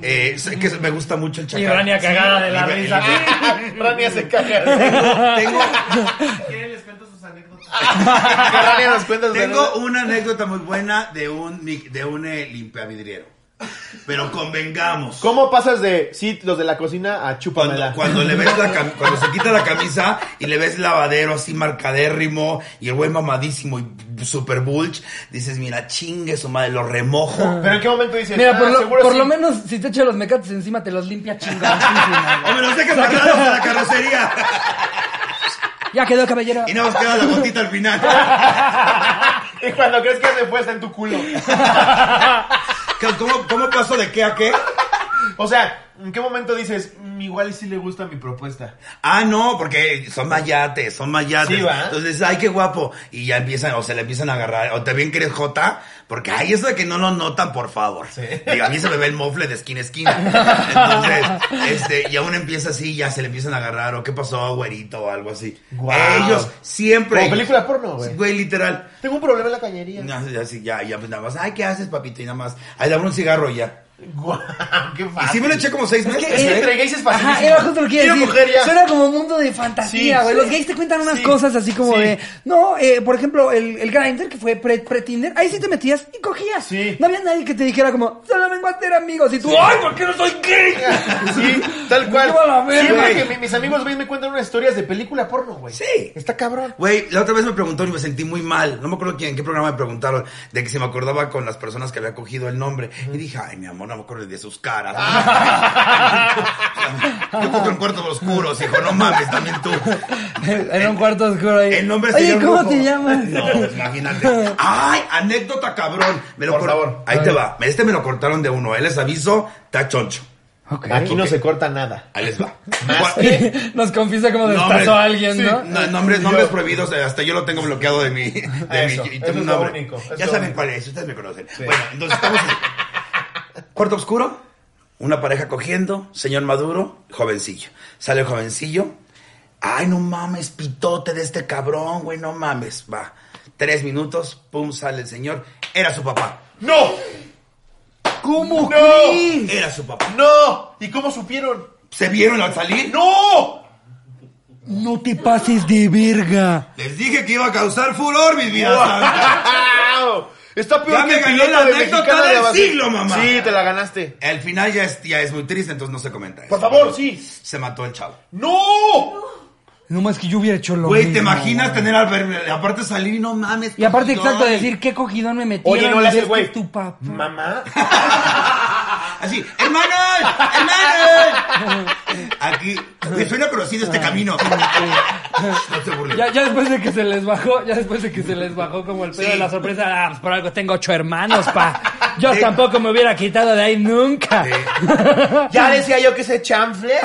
Eh, sé que me gusta mucho el chacal. Y Rania cagada de la risa. Rania se caga. Tengo, ¿Quieren les cuento sus anécdotas? Rania nos cuenta sus tengo anécdotas. una anécdota muy buena de un, mic- de un eh, limpiavidriero. Pero convengamos. ¿Cómo pasas de, sí, los de la cocina a Cuando, chúpamela? cuando le ves la cam- cuando se quita la camisa y le ves el lavadero así marcadérrimo y el güey mamadísimo y super bulge, dices, mira, chingue su madre, lo remojo. ¿Pero en qué momento dices? Mira, "Ah, por, lo, seguro por sí"? lo menos si te echa los mecates encima te los limpia chingón. Ah. O me los dejas marcados a la carrocería ya quedó, caballero. y nada más queda la gotita al final. Y cuando crees que se fue, está en tu culo. ¿Qué- ¿Cómo, cómo paso de qué a qué? O sea, ¿en qué momento dices, "Mm, igual y sí le gusta mi propuesta? Ah, no, porque son mayates, son mayates. Sí, ¿va? Entonces, ay, qué guapo. Y ya empiezan, o se le empiezan a agarrar. O también que eres Jota, porque ay, eso de que no lo notan, por favor. Digo, a mí se me ve el mofle de esquina a esquina. Entonces, este, y aún empieza así, ya se le empiezan a agarrar. O qué pasó, güerito, o algo así. Guau. Ellos siempre. Como película porno, güey. Güey, literal. Tengo un problema en la cañería. No, así, ya, ya, pues nada más. Ay, ¿qué haces, papito? Y nada más. Ay, dame un cigarro y ya. Guau, qué Y sí fácil. me lo eché como seis meses. Es que ¿eh? entre gays es fácil. Ajá, era justo lo que iba a Quiero decir. mujer ya. Suena como un mundo de fantasía, Sí, güey. sí. Los gays te cuentan unas Sí. cosas así como Sí. de. No, eh, por ejemplo, el, el Grindr, que fue pre- pre-Tinder, ahí sí te metías y cogías. Sí. No había nadie que te dijera como, solo vengo a ser amigos. Y tú, ¡ay, por qué no soy gay! Sí, tal cual. Yo a la verga. Siempre Güey. que mi- mis amigos ven me cuentan unas historias de película porno, güey. Sí. Está cabrón. Güey, la otra vez me preguntaron y me sentí muy mal. No me acuerdo quién, en qué programa me preguntaron de que si me acordaba con las personas que había cogido el nombre. Y dije, ay, mi amor, no me acuerdo de sus caras. Yo cojo en cuartos oscuros, hijo, no mames, también tú. en un cuarto oscuro ahí. El nombre Oye, sería un ¿cómo lujo. te llamas? No, pues, imagínate. Ay, anécdota cabrón. Me lo Por cor- favor. Ahí te va. Este me lo cortaron de uno. Él les aviso, está choncho. Ok. Aquí no ok. se corta nada. Ahí les va. Más Cu- Nos confiesa como Nombres- destazó a alguien, sí, ¿no? nombres, Yo- nombres prohibidos, eh, hasta yo lo tengo bloqueado de mi. De Eso, mi- y eso tengo es un lo nombre. único, eso ya es lo saben único. cuál es, ustedes me conocen. Bueno, entonces estamos. en- Cuarto oscuro, una pareja cogiendo, señor Maduro, jovencillo. Sale el jovencillo. Ay, no mames, pitote de este cabrón, güey, no mames. Va. Tres minutos, pum, sale el señor. Era su papá. ¡No! ¿Cómo No. crees? Era su papá. ¡No! ¿Y cómo supieron? ¿Se vieron al salir? ¡No! No te pases de verga. Les dije que iba a causar furor, mis vidas. ¡Wow! Está peor Ya que me el gané piloto la de anécdota Mexicana del de Abascal. siglo, mamá. Sí, te la ganaste. Al final ya es, ya es muy triste, entonces no se comenta. Por eso. favor, sí. Se mató el chavo. ¡No! No más que yo hubiera hecho lo Güey, ¿te mismo, imaginas güey. tener al ver- aparte salir y no mames? Y aparte, cogidón? exacto, decir qué cogidón me metí. Oye, no le haces, güey. tu papá. Mamá. Así, hermanos, hermanos. Aquí, me suena conocido este camino. No te burles. Ya, ya después de que se les bajó, ya después de que se les bajó como el pedo Sí. de la sorpresa, ah, pues por algo tengo ocho hermanos, pa. Yo Sí. tampoco me hubiera quitado de ahí nunca. Eh, Eh, Ya decía yo que ese chanfle.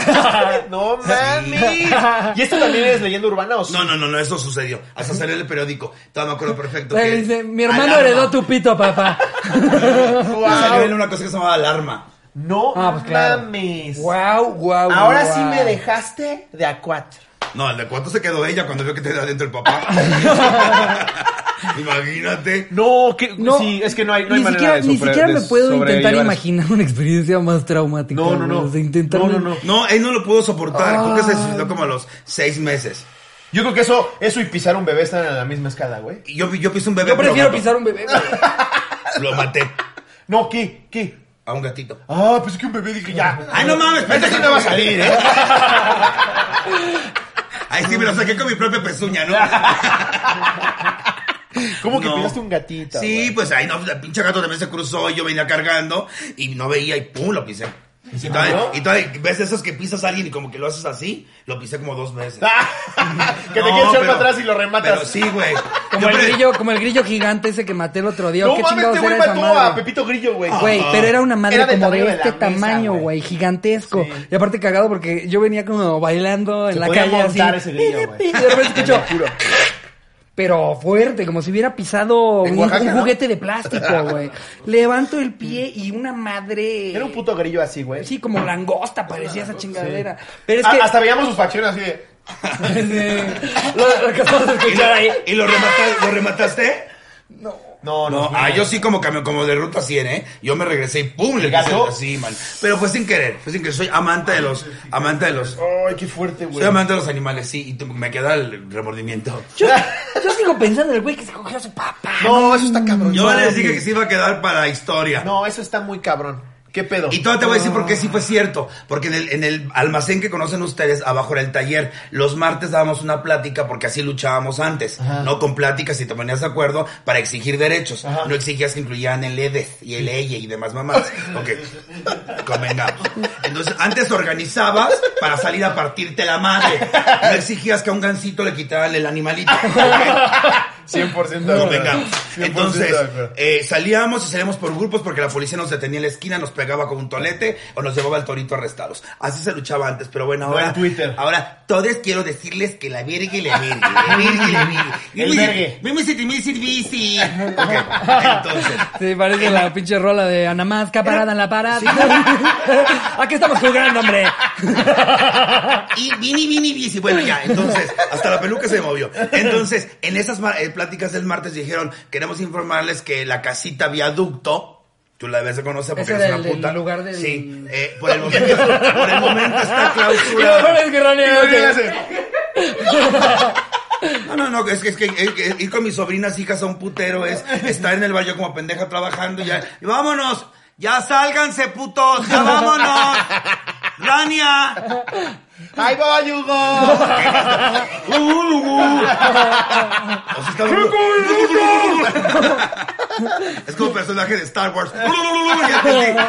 no mami. ¿Y esto también es leyenda urbana o sí? No, no, no, no, eso sucedió. Hasta salió en el periódico. Todavía me acuerdo perfecto. Le que- Eh, dice, mi hermano Alarma. heredó tu pito, papá. Wow. Salió en una cosa que se llamaba alarma. No Ah, pues claro. mames. Wow, wow. Ahora sí me dejaste de a cuatro. No, el de cuánto se quedó ella cuando vio que tenía adentro el papá. Imagínate. No, que, sí, es que no hay, no hay ni manera siquiera, de Ni sobre- siquiera me de puedo intentar sobrellevar eso. imaginar una experiencia más traumática. No, no, güey. no. O sea, intentar- No, no, no. No, él no lo pudo soportar. Creo que se suicidó como a los seis meses. Yo creo que eso, eso y pisar un bebé están a la misma escala, güey. Y yo, yo piso un bebé. Yo pero prefiero lo pisar un bebé. güey. maté. Lo maté No, ¿qué? ¿Qué? a un gatito. Ah, pues es que un bebé dije ya. Ay, no mames, Este sí no va a salir, ¿eh? Ay, sí, me lo saqué con mi propia pezuña, ¿no? ¿Cómo que No. pillaste un gatito? Sí, güey? pues ahí no, el pinche gato también se cruzó y yo venía cargando y no veía y pum, lo pisé. Y todavía, murió? y todavía, ves esos que pisas a alguien y como que lo haces así, lo pisé como dos veces. Ah, que te No, quieres echar pero- para atrás y lo rematas. Pero sí, güey. Como Yo el pre- grillo, como el grillo gigante ese que maté el otro día. no ¿Qué mames, chingados este güey era esa mató a madre? Pepito Grillo, güey. Güey, pero era una madre Era del como de, tamaño de este la mesa, tamaño, güey. güey, gigantesco. Sí. Y aparte cagado porque yo venía como bailando en Se la podía calle así. montar ese grillo, güey. y de repente escucho, Te lo juro. pero fuerte, como si hubiera pisado En un, Oaxaca, un ¿no? Mm. juguete de plástico, güey. Levanto el pie y una madre. Era un puto grillo así, güey. Sí, como langosta parecía esa chingadera. Pero es Ah, que. Hasta veíamos sus facciones así de. lo, lo que acabamos de ¿Y escuchar ahí. lo, y lo remata- lo remataste? No, no. No, ah, yo sí como cambio, como de ruta 100, ¿eh? Yo me regresé y pum, le ¿El gato? puse así, man. Pero fue sin querer, fue sin querer. Soy amante de los, amante de los, Ay, qué fuerte, güey. soy amante de los animales, sí. Y tú- me queda el remordimiento. Yo, yo sigo pensando en el güey que se cogió a su papá. Ah, No, eso está cabrón. Yo les dije que se iba a quedar para la historia. No, eso está muy cabrón. ¿Qué pedo? Y todo te voy a decir por qué sí fue cierto. Porque en el, en el almacén que conocen ustedes, abajo era el taller. Los martes dábamos una plática porque así luchábamos antes. No con pláticas y te ponías de acuerdo para exigir derechos. Ajá. No exigías que incluyeran el E EDES y el EYE y demás mamás. ok, convengamos. Entonces, antes organizabas para salir a partirte la madre. No exigías que a un gancito le quitaran el animalito. Ok. 100% de No, acuerdo. venga. 100% Entonces, de acuerdo. eh, salíamos y salíamos por grupos porque la policía nos detenía en la esquina, nos pegaba con un tolete o nos llevaba al torito arrestados. Así se luchaba antes, pero bueno, No ahora. en Twitter. Ahora, todos quiero decirles que la verga y la verga, la verga y la verga. El vergue. Mimi se me servici. Ok, entonces. Sí, parece la pinche rola de Anamazca parada en la parada. Aquí estamos jugando, hombre. Y vini, vini, vini. Bueno, ya, entonces, hasta la peluca se movió. Entonces, en esas ma- eh, pláticas del martes dijeron, queremos informarles que la casita viaducto, tú la debes de conocer porque Ese es era una el- puta. el lugar del- Sí, eh, por, el momento, por el momento está Y lo peor clausurada. es que Ronnie Y era luego que- hace- No, no, no, es que, es que eh, eh, ir con mis sobrinas hijas a un putero es estar en el barrio como pendeja trabajando y ya. y vámonos, ya sálganse, putos, ya vámonos. Rania. ¡Ahí va, Yugo! Uh, uh, uh. O sea, está- Es como personaje de Star Wars. Ya entendí.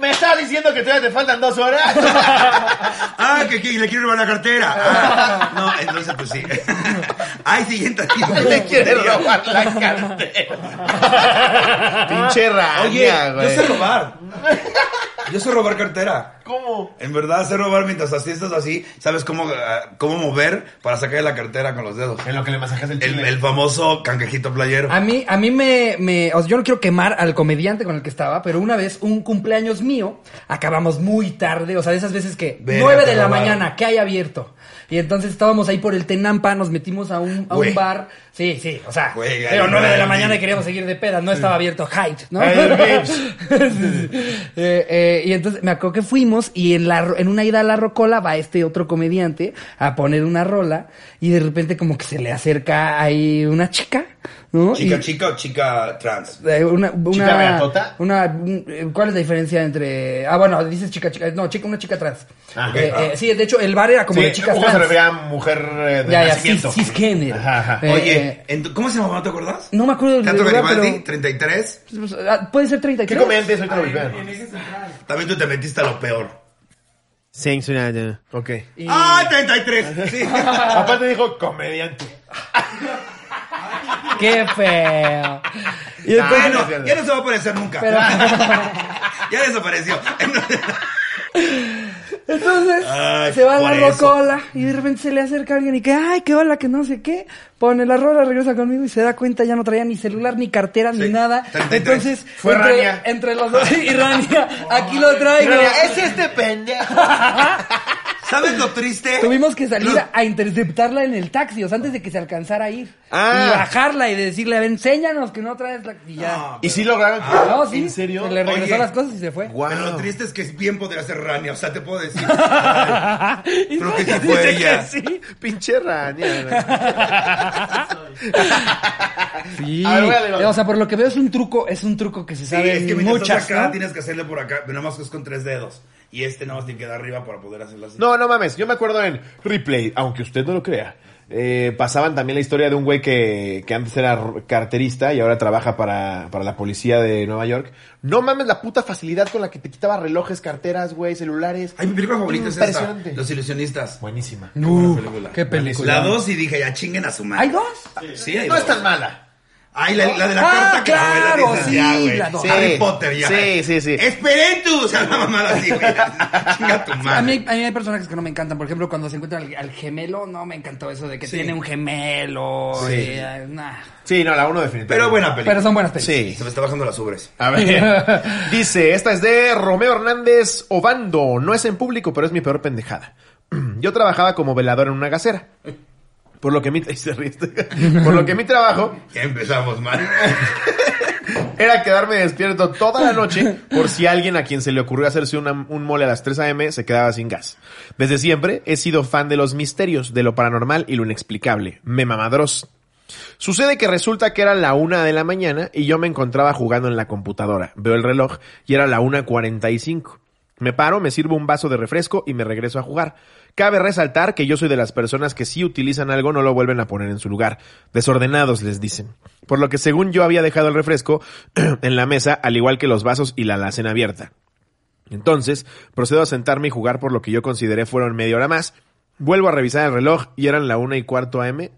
¿Me estás diciendo que todavía te faltan dos horas? Ah, que, que le quiero robar la cartera. Ah, no, entonces pues sí. Ay, siguiente. Te quiere robar la cartera. Pinche raya, Oye, yo güey. sé robar. Yo sé robar cartera. ¿Cómo? En verdad, sé robar mientras así estás así. Sabes cómo, ah, cómo mover para sacar la cartera con los dedos. En lo que le masajas el El, chile. el famoso canquejito playero. A mí, a mí me, me- o sea, yo no quiero quemar al comediante con el que estaba, pero una vez, un cumpleaños mío, acabamos muy tarde, o sea, de esas veces que Verga, nueve te de la robaron. mañana, que hay abierto. Y entonces estábamos ahí por el Tenampa, nos metimos a un, a un Güey. bar. Sí, sí, o sea, Güey, pero ahí, nueve de la ahí. mañana y queríamos seguir de peda, no estaba abierto Hyde, ¿no? Ahí, babes. Sí, sí. Eh, eh, y entonces me acuerdo que fuimos y en, la, ro- en una ida a la rocola va este otro comediante a poner una rola y de repente como que se le acerca ahí una chica ¿no? Chica, Y- chica o chica trans. Eh, una, una, ¿Chica beatota? una- un- eh, ¿Cuál es la diferencia entre.? Ah, bueno, dices chica, chica. No, chica, una chica trans. Ah, ok, Eh, ah. eh, sí, de hecho, el bar era como Sí, de chicas Hugo se trans. refería a mujer eh, de Ya, ya, nacimiento. cis- cisgénero. Ajá, ajá. Eh, Oye, ento- ¿cómo se llamaba? ¿Te acordás? No me acuerdo del Teatro lugar, Garibaldi, pero- 33. pues, pues, ah, Puede ser 33. ¿Qué comentes? Ahorita lo en, vean. en eje central. También tú te metiste a lo peor. Sanctioned. Ok. Y- ¡Ah, 33! Sí. Aparte dijo comediante. ¡Qué feo! Y Nah, después- bueno, no es cierto. ya no se va a aparecer nunca. Pero- ya desapareció. Entonces Ay, se va a por la eso. rocola y de repente se le acerca alguien y que, ay, qué hola, que no sé qué. Pone la rola, regresa conmigo y se da cuenta, ya no traía ni celular, ni cartera, ni Sí, nada. 33. Entonces, Fue entre, Rania. entre los dos, sí, y Rania, aquí lo traigo. este pendejo. ¿Sabes lo triste? Tuvimos que salir Lo- a, a interceptarla en el taxi, o sea, antes de que se alcanzara a ir. Ah. Y bajarla y decirle, a ver, enséñanos que no traes la... Y ya. No, ¿Y sí lograron? Ah, No, sí. ¿En serio? Le regresó Oye. las cosas y se fue. Guau. Pero lo triste es que bien podría ser Rania. O sea, te puedo decir. Y Creo que sí dice fue ella. sí. Pinche Rania. güey. Sí. A ver, voy a leer otro. o sea, por lo que veo es un truco, es un truco que se Sí, sabe es que mientras muchas, estás acá ¿no? tienes que hacerle por acá. Pero nada más es con tres dedos. Y este nada más tiene que dar arriba para poder hacerlo así. No, no mames. Yo me acuerdo en Replay, aunque usted no lo crea. eh, pasaban también la historia de un güey que, que antes era r- carterista y ahora trabaja para, para la policía de Nueva York. No mames la puta facilidad con la que te quitaba relojes, carteras, güey, celulares. Ay, mi película favorita es esta. Impresionante. Los ilusionistas. Buenísima. No, Buena película. qué película. La dos y dije, ya chinguen a su madre. ¿Hay dos? Sí, hay No dos. es tan mala. Ay, la, la de la Ah, carta que la abuela claro, dices, sí, ya, güey. la dos. Sí. Harry Potter, ya. Sí, sí, sí. ¡Esperentus! O sea, la mamada así, güey. Chinga tu madre. A mí, a mí hay personajes que no me encantan. Por ejemplo, cuando se encuentran al, al gemelo, no me encantó eso de que Sí. tiene un gemelo. Sí. y, ah, nah. Sí, no, la uno definitivamente. Pero buena película. Pero son buenas películas. Sí. Se me está bajando las ubres. A ver. Dice, esta es de Romeo Hernández Obando. No es en público, pero es mi peor pendejada. Yo trabajaba como velador en una gasera. Por lo que mi, se ríe este. por lo que mi trabajo Ya empezamos mal. era quedarme despierto toda la noche por si alguien a quien se le ocurrió hacerse una- un mole a las 3 a.m. se quedaba sin gas. Desde siempre he sido fan de los misterios, de lo paranormal y lo inexplicable. Me mamadros. Sucede que resulta que era la una de la mañana y yo me encontraba jugando en la computadora. Veo el reloj y era la una cuarenta y cinco. Me paro, me sirvo un vaso de refresco y me regreso a jugar. Cabe resaltar que yo soy de las personas que si utilizan algo no lo vuelven a poner en su lugar. Desordenados les dicen. Por lo que según yo había dejado el refresco en la mesa, al igual que los vasos y la alacena abierta. Entonces, procedo a sentarme y jugar por lo que yo consideré fueron media hora más. Vuelvo a revisar el reloj y eran la una y cuarto AM.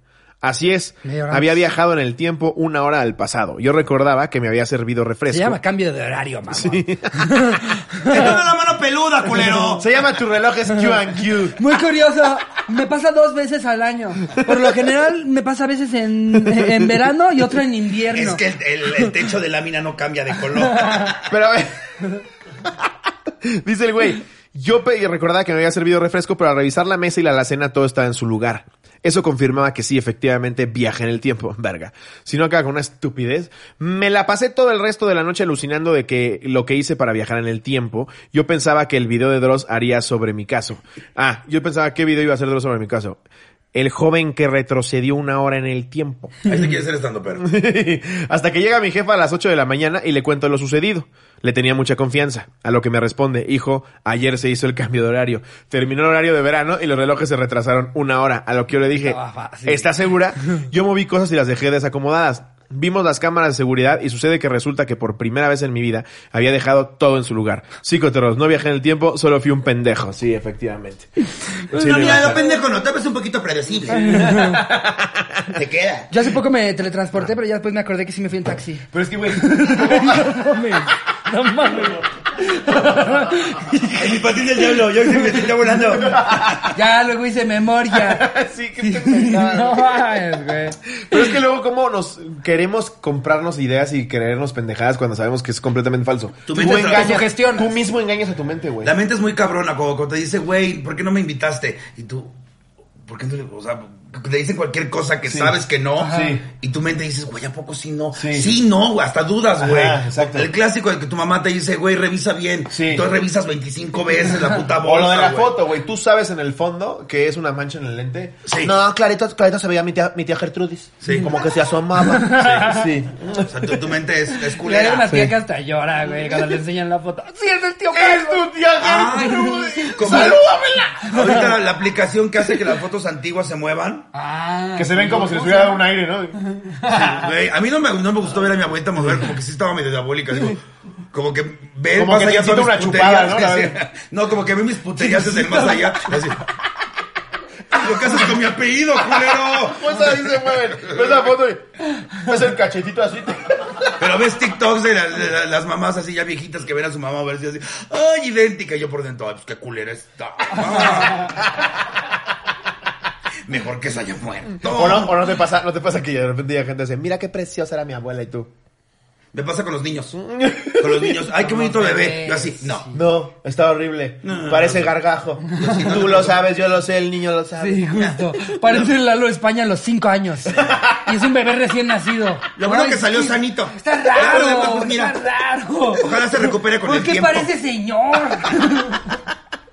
Así es, Media hora había más. viajado en el tiempo una hora al pasado. Yo recordaba que me había servido refresco. Se llama cambio de horario, mamá. ¡Te tomo la mano peluda, culero! Se llama tu reloj es Q&Q. Muy curioso. Me pasa dos veces al año. Por lo general, me pasa a veces en, en verano y otro en invierno. Es que el, el- el techo de lámina no cambia de color. Pero a ver. Dice el güey. Yo pe- recordaba que me había servido refresco, pero al revisar la mesa y la alacena todo estaba en su lugar. Eso confirmaba que sí, efectivamente, viaje en el tiempo, verga. Si no acaba con una estupidez. Me la pasé todo el resto de la noche alucinando de que lo que hice para viajar en el tiempo. Yo pensaba que el video de Dross haría sobre mi caso. Ah, yo pensaba qué video iba a hacer Dross sobre mi caso. El joven que retrocedió una hora en el tiempo. Ahí se quiere ser estando pero. Hasta que llega mi jefa a las 8 de la mañana y le cuento lo sucedido. Le tenía mucha confianza, a lo que me responde, hijo, ayer se hizo el cambio de horario. Terminó el horario de verano y los relojes se retrasaron una hora, a lo que yo le dije, Ah, Estaba fácil. ¿estás segura? Yo moví cosas y las dejé desacomodadas. Vimos las cámaras de seguridad y sucede que resulta que por primera vez en mi vida había dejado todo en su lugar. Psicoterros, no viajé en el tiempo, solo fui un pendejo. Sí, efectivamente. Sí, no, le mira, pasa. lo pendejo no, tal vez un poquito predecible. Te queda. Yo hace poco me teletransporté, pero ya después me acordé que sí me fui en taxi. Pero es que, güey, No mames. Ay, mi patín del diablo, yo me estoy volando. Ya luego hice memoria. sí, qué pendejada, No mames, güey. Pero es que luego, ¿cómo nos queremos comprarnos ideas y creernos pendejadas cuando sabemos que es completamente falso? Tu mente te autosugestionas. tú mismo engañas a tu mente, güey. La mente es muy cabrona, como cuando te dice, güey, ¿por qué no me invitaste? Y tú, ¿por qué no le.? O sea, te dicen cualquier cosa que sabes que no. Sí. Y tu mente dices, güey, ¿a poco sí no? Sí. Sí, no, güey, hasta dudas, Ajá, güey. exacto. El clásico de que tu mamá te dice, güey, revisa bien. Sí. Tú revisas 25 veces la puta O bolsa, lo de la güey. foto, güey. Tú sabes en el fondo que es una mancha en el lente. Sí. No, clarito, clarito se veía mi tía, mi tía Gertrudis. Sí. Como que se asomaba. Sí. O sea, tu, tu mente es, es Le culera. dan unas que hasta llora, güey, cuando le enseñan la foto. ¡Sí, es el tío ¡Es Carlos! tu tía Ay, Gertrudis! Ah, como- Ahorita la, la aplicación que hace que las fotos antiguas se muevan. Ah, Que se ven como si les ¿cómo hubiera se dado un aire, ¿no? Güey, a mí no me, no me gustó ver a mi abuelita mover, como que sí estaba medio diabólica. digo, como que ve Como más que allá necesita todas mis una chupada, puterías, ¿no? sí, sí. No, como que ve mis puterías desde el más allá. así. Lo que haces con mi apellido, culero. Pues ahí se mueven. Ves la foto y... Ves el cachetito así. Pero ves TikToks de, la- de la- las mamás así ya viejitas que ven a su mamá a ver si así. ¡Ay, idéntica! Y yo por dentro, ¡ay, pues qué culera está! Mejor que se haya muerto. O no, o no te pasa, no te pasa que de repente llega gente y dice, mira qué preciosa era mi abuela y tú. Me pasa con los niños. Con los niños. Ay, qué bonito bebé. Yo así, no. No, está horrible. No. Parece gargajo. no, Tú no, lo no. sabes, yo lo sé, el niño lo sabe. Sí, justo. Parece el Lalo España a los cinco años. Y es un bebé recién nacido. Lo bueno Ay, que salió sí. sanito. Está Ojalá, raro. pues, mira. Está raro. Ojalá se recupere con ¿Por el qué tiempo. Pues parece señor?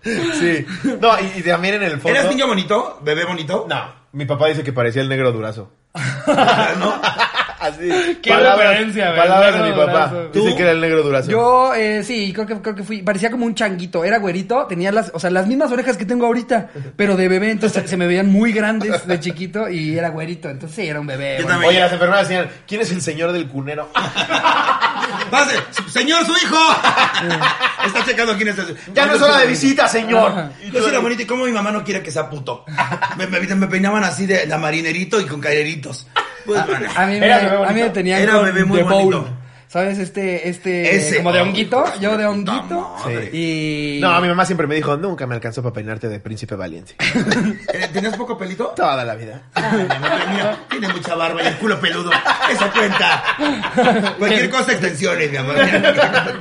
Sí. No, y, y también en el fondo. ¿Eres niño bonito? ¿Bebé bonito? No. Mi papá dice que parecía el negro durazo. ¿No? Así. Qué referencia, güey, Palabras el de mi negro papá. durazo. Dice ¿Tú? que era el negro durazo. Yo, eh, sí, creo que, creo que fui. Parecía como un changuito. Era güerito. Tenía las, o sea, las mismas orejas que tengo ahorita, pero de bebé. Entonces se me veían muy grandes de chiquito y era güerito. Entonces sí, era un bebé. Yo bueno. Oye, las enfermeras decían, ¿quién es el señor del cunero? Ah, ¡Pase! ¡Señor, su hijo! Está checando quién es el... Ya no es hora de visita, señor. Ajá. Yo soy la bonita y cómo mi mamá no quiere que sea puto. Me, me- me peinaban así de, de marinerito y con caereritos. Pues, bueno. ah, A mí me, Era bebé a mí me bonito. tenían Era con bebé muy The Bowl. bonito. ¿Sabes? Este, este, Ese. como de Ay, honguito. hijo de Yo de puta honguito. madre. Y. No, mi mamá siempre me dijo, nunca me alcanzó para peinarte de príncipe valiente. Eh, ¿Tenías poco pelito? Toda la vida. Mira, tiene mucha barba y el culo peludo. Eso cuenta. Cualquier cosa, extensiones, mi amor.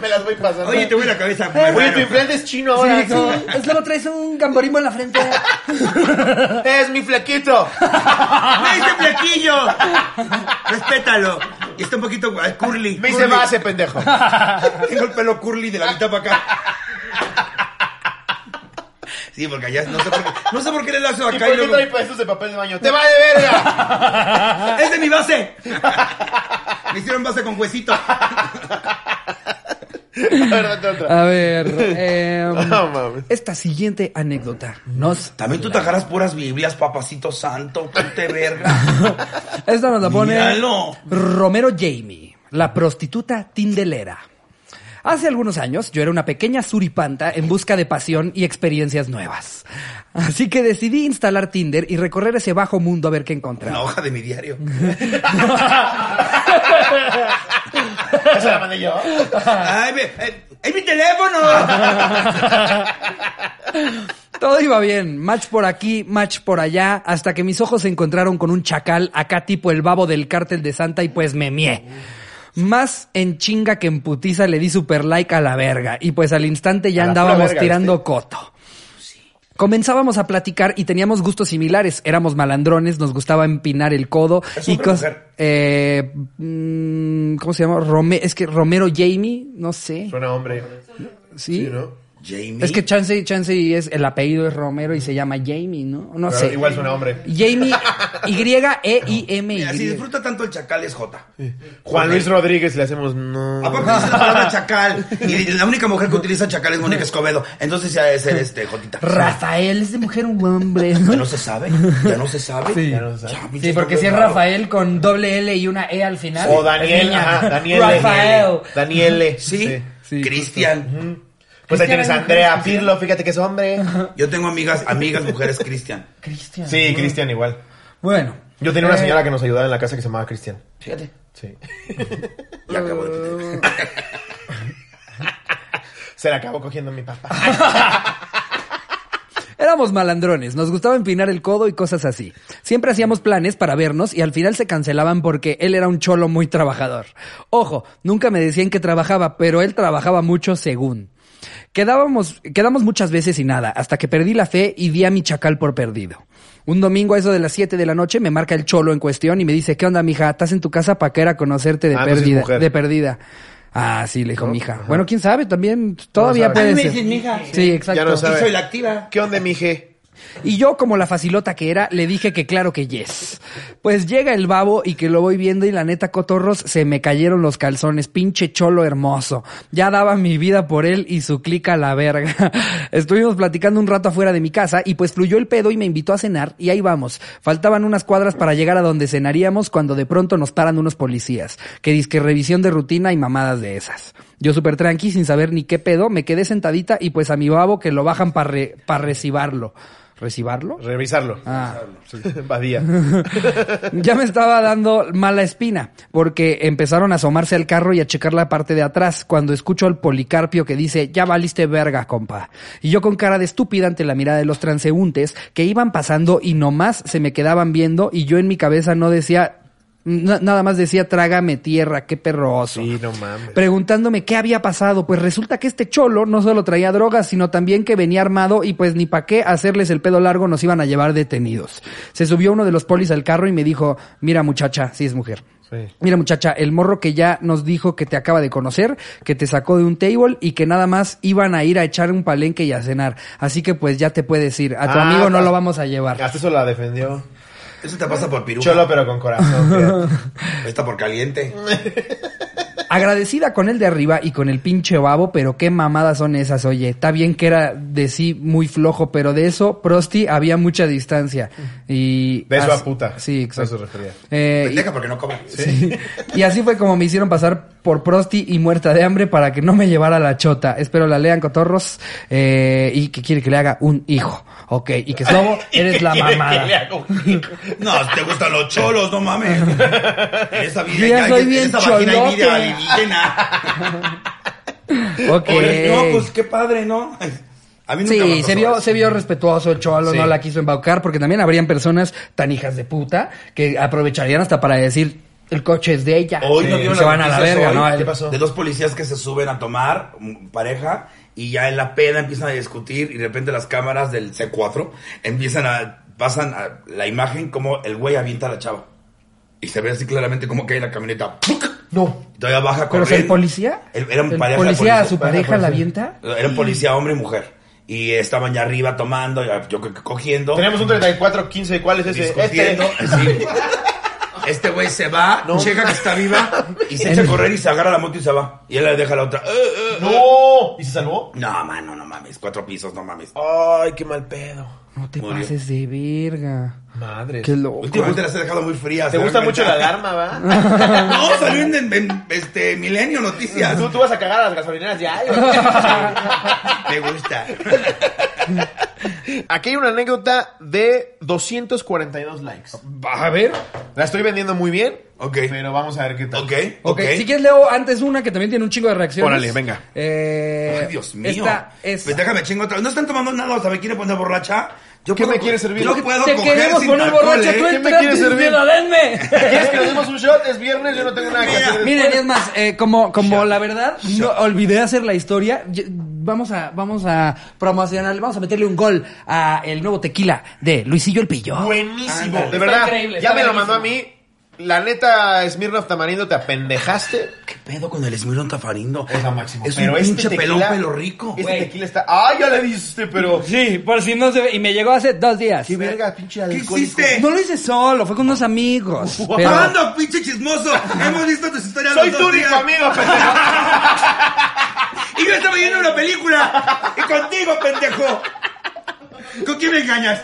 me las voy pasando. Oye, te voy la cabeza. Güey, bueno. tu implante es chino Sí, ahora. como, es que no traes un gamborimbo en la frente. Es mi flequito. ¡Me hice flequillo! Respétalo. Y está un poquito guay, curly. Me hice curly. base, pendejo. Tengo el pelo curly de la mitad para acá. Sí, porque allá no sé por qué. No sé por qué le lazo ¿Y acá por y, qué luego. trae pedazos de papel de baño? ¡Te va de verga! ¡Es de mi base! Me hicieron base con huesito. A ver, date otra. A ver. em, No mames. esta siguiente anécdota nos. También tú tajarás puras Biblias, papacito santo, te verga. Esta nos la pone. Míralo. Romero Jamie, la prostituta tindelera. Hace algunos años yo era una pequeña suripanta en busca de pasión y experiencias nuevas. Así que decidí instalar Tinder y recorrer ese bajo mundo a ver qué encontraba. Una hoja de mi diario. Esa la mandé yo. ¡Ay, ve- eh, ¡Es mi teléfono! Todo iba bien, match por aquí, match por allá, hasta que mis ojos se encontraron con un chacal, acá tipo el babo del cártel de Santa y pues me mié. Más en chinga que en putiza le di super like a la verga y pues al instante ya A la pura andábamos verga, tirando coto. Comenzábamos a platicar y teníamos gustos similares. Éramos malandrones, nos gustaba empinar el codo ¿Es y hombre o cos- mujer? eh, mm, ¿Cómo se llama? Rome- es que Romero Jamie, no sé. Suena hombre. Sí. Sí, ¿no? Jamie. Es que Chance, Chance y es el apellido es Romero y se llama Jamie, ¿no? No Pero sé. Igual suena hombre. Jamie Y E I M Y. Mira, si disfruta tanto el chacal es J. Juan Luis Rodríguez le hacemos no. Aparte dice la palabra chacal. Y la única mujer que utiliza chacal es Mónica Escobedo. Entonces ya es ser este Jotita. Rafael es de mujer un hombre. Ya ¿no? no se sabe. Ya no se sabe. Sí. Ya no se sabe. Sí, porque si es Rafael con doble L y una E al final. O es Daniel, niña. ajá, Daniel. Rafael. Daniel. Sí. Sí, Cristian. Pues ahí tienes a Andrea Cristian. Pirlo, fíjate que es hombre. Yo tengo amigas, amigas mujeres Cristian. Cristian. Sí, Cristian igual. Bueno. Yo tenía una Eh, señora que nos ayudaba en la casa que se llamaba Cristian. Fíjate. Sí. Ya acabo de Se la acabó cogiendo mi papá. Éramos malandrones, nos gustaba empinar el codo y cosas así. Siempre hacíamos planes para vernos y al final se cancelaban porque él era un cholo muy trabajador. Ojo, nunca me decían que trabajaba, pero él trabajaba mucho según. Quedábamos, quedamos muchas veces y nada, hasta que perdí la fe y di a mi chacal por perdido. Un domingo a eso de las 7 de la noche me marca el cholo en cuestión y me dice, ¿qué onda, mija? ¿Estás en tu casa para que era conocerte de Ah, entonces es pérdida? mujer. De pérdida. Ah, sí, le dijo ¿No? mija. Ajá. Bueno, quién sabe, también todavía sabe. puede Ah, me ser. dices, mija. Sí, exacto. Ya no sabe. Y soy la activa. ¿Qué onda, mije? Y yo, como la facilota que era, le dije que claro que yes. Pues llega el babo y que lo voy viendo y la neta, cotorros, se me cayeron los calzones. Pinche cholo hermoso. Ya daba mi vida por él y su clica a la verga. Estuvimos platicando un rato afuera de mi casa y pues fluyó el pedo y me invitó a cenar y ahí vamos. Faltaban unas cuadras para llegar a donde cenaríamos cuando de pronto nos paran unos policías. Que disque revisión de rutina y mamadas de esas. Yo súper tranqui, sin saber ni qué pedo, me quedé sentadita y pues a mi babo que lo bajan para re, pa' recibarlo. ¿Recibarlo? Revisarlo. Ah. Badía. Ya me estaba dando mala espina, porque empezaron a asomarse al carro y a checar la parte de atrás, cuando escucho al policarpio que dice, ya valiste verga, compa. Y yo con cara de estúpida ante la mirada de los transeúntes, que iban pasando y nomás se me quedaban viendo y yo en mi cabeza no decía... na- Nada más decía, trágame tierra, qué perroso Sí, no mames. preguntándome qué había pasado. Pues resulta que este cholo no solo traía drogas, sino también que venía armado y pues ni pa' qué hacerles el pedo largo nos iban a llevar detenidos. Se subió uno de los polis al carro y me dijo, mira muchacha, sí es mujer. Sí. Mira muchacha, el morro que ya nos dijo que te acaba de conocer, que te sacó de un table y que nada más iban a ir a echar un palenque y a cenar. Así que pues ya te puedes ir. A tu Ah, amigo no hasta- lo vamos a llevar. Hasta eso la defendió. Eso te pasa por piruja. Cholo, pero con corazón. fíjate. Está por caliente. Eh, Agradecida con el de arriba y con el pinche babo, pero qué mamadas son esas, oye. Está bien que era de sí muy flojo, pero de eso, Prosti, había mucha distancia. Y De eso as- a puta. Sí, A eso exacto. se refería. Eh, y- Pendeja porque no cobra. Sí. Y así fue como me hicieron pasar por prosti y muerta de hambre para que no me llevara la chota. Espero la lean, cotorros. Eh, y que quiere que le haga un hijo. Ok, y que Slobo, eres la mamada. No, te gustan los cholos, no mames. En esa vida Yo ya hay- soy en bien esa vagina hay cholote. vida alienígena. Ok. Oye, no, pues qué padre, ¿no? Ay, A mí nunca me Sí, pasó se vio, eso. se vio respetuoso el cholo, Sí. no la quiso embaucar, porque también habrían personas tan hijas de puta que aprovecharían hasta para decir el coche es de ella. Hoy Sí. no vieron se las van a la noticias verga, hoy ¿no? El- ¿Qué pasó? De dos policías que se suben a tomar, mm, pareja, y ya en la peda empiezan a discutir y de repente las cámaras del C4 empiezan a, pasan a la imagen como el güey avienta a la chava. Y se ve así claramente como cae la camioneta. ¡puc! No. Y todavía baja Pero corriendo. es el policía. El- era un el pareja de policía a policía. su pareja la avienta. Era un policía hombre y mujer. Y estaban ya arriba tomando, ya- yo creo que cogiendo. Tenemos un 34-15. ¿Cuál es ese? Este, discutiendo. Sí. Este güey se va, No. checa que está viva y se echa a correr y se agarra la moto y se va. Y él le deja a la otra. "Eh, eh, eh". ¡No! ¿Y se salvó? No, mano, no mames. Cuatro pisos, no mames. ¡Ay, qué mal pedo! No te Muy bien. pases de verga. Madre. Qué loco. Últimamente las he dejado muy frías. ¿Te ¿se gusta dan mucho la cuenta? alarma, va? No, salió en, en- en, este, Milenio Noticias. Ah, ¿Tú, tú vas a cagar a las gasolineras ya. güey. Me gusta. Aquí hay una anécdota de 242 likes. A ver. La estoy vendiendo muy bien, Ok. pero vamos a ver qué tal. Ok, ok. Ok, si quieres leo antes una que también tiene un chingo de reacciones. Órale, venga. Eh, Ay, Dios mío. Esta es... Pues déjame chingo otra vez. No están tomando nada, o sea, me quiere poner borracha. Yo ¿Qué puedo- me quieres servir? Yo Te puedo Te coger queremos sin poner alcohol, borracha, ¿eh? tú ¿Qué me entraste quieres sin servir? miedo, denme. ¿Quieres que nos demos un shot? Es viernes, yo no tengo nada que hacer. Miren, es más, eh, como, como la verdad, no, olvidé hacer la historia. yo- vamos a, vamos a promocionar, vamos a meterle un gol a el nuevo tequila de Luisillo el Pillo. Buenísimo. Ándale. de Está verdad, increíble, ya está me lo buenísimo. mandó a mí. La neta, Smirnoff Tamarindo, te apendejaste. ¿Qué pedo con el Smirnoff Tafarindo? Es lo máximo. Es pero un este pinche pelón tequila- pelo rico. Este Güey. tequila está. ¡Ah, ya le diste! Pero. Sí, por si no se ve. Y me llegó hace dos días. Eh, ¡Qué verga, pinche ¿Qué alcohólico! hiciste? No lo hice solo, fue con unos amigos. pero- ¿Cuándo, pinche chismoso? Hemos visto tus historias ¡Soy los tu dos único días. amigo, pendejo! Y yo estaba viendo una película. Y contigo, pendejo. ¿Con quién me engañas?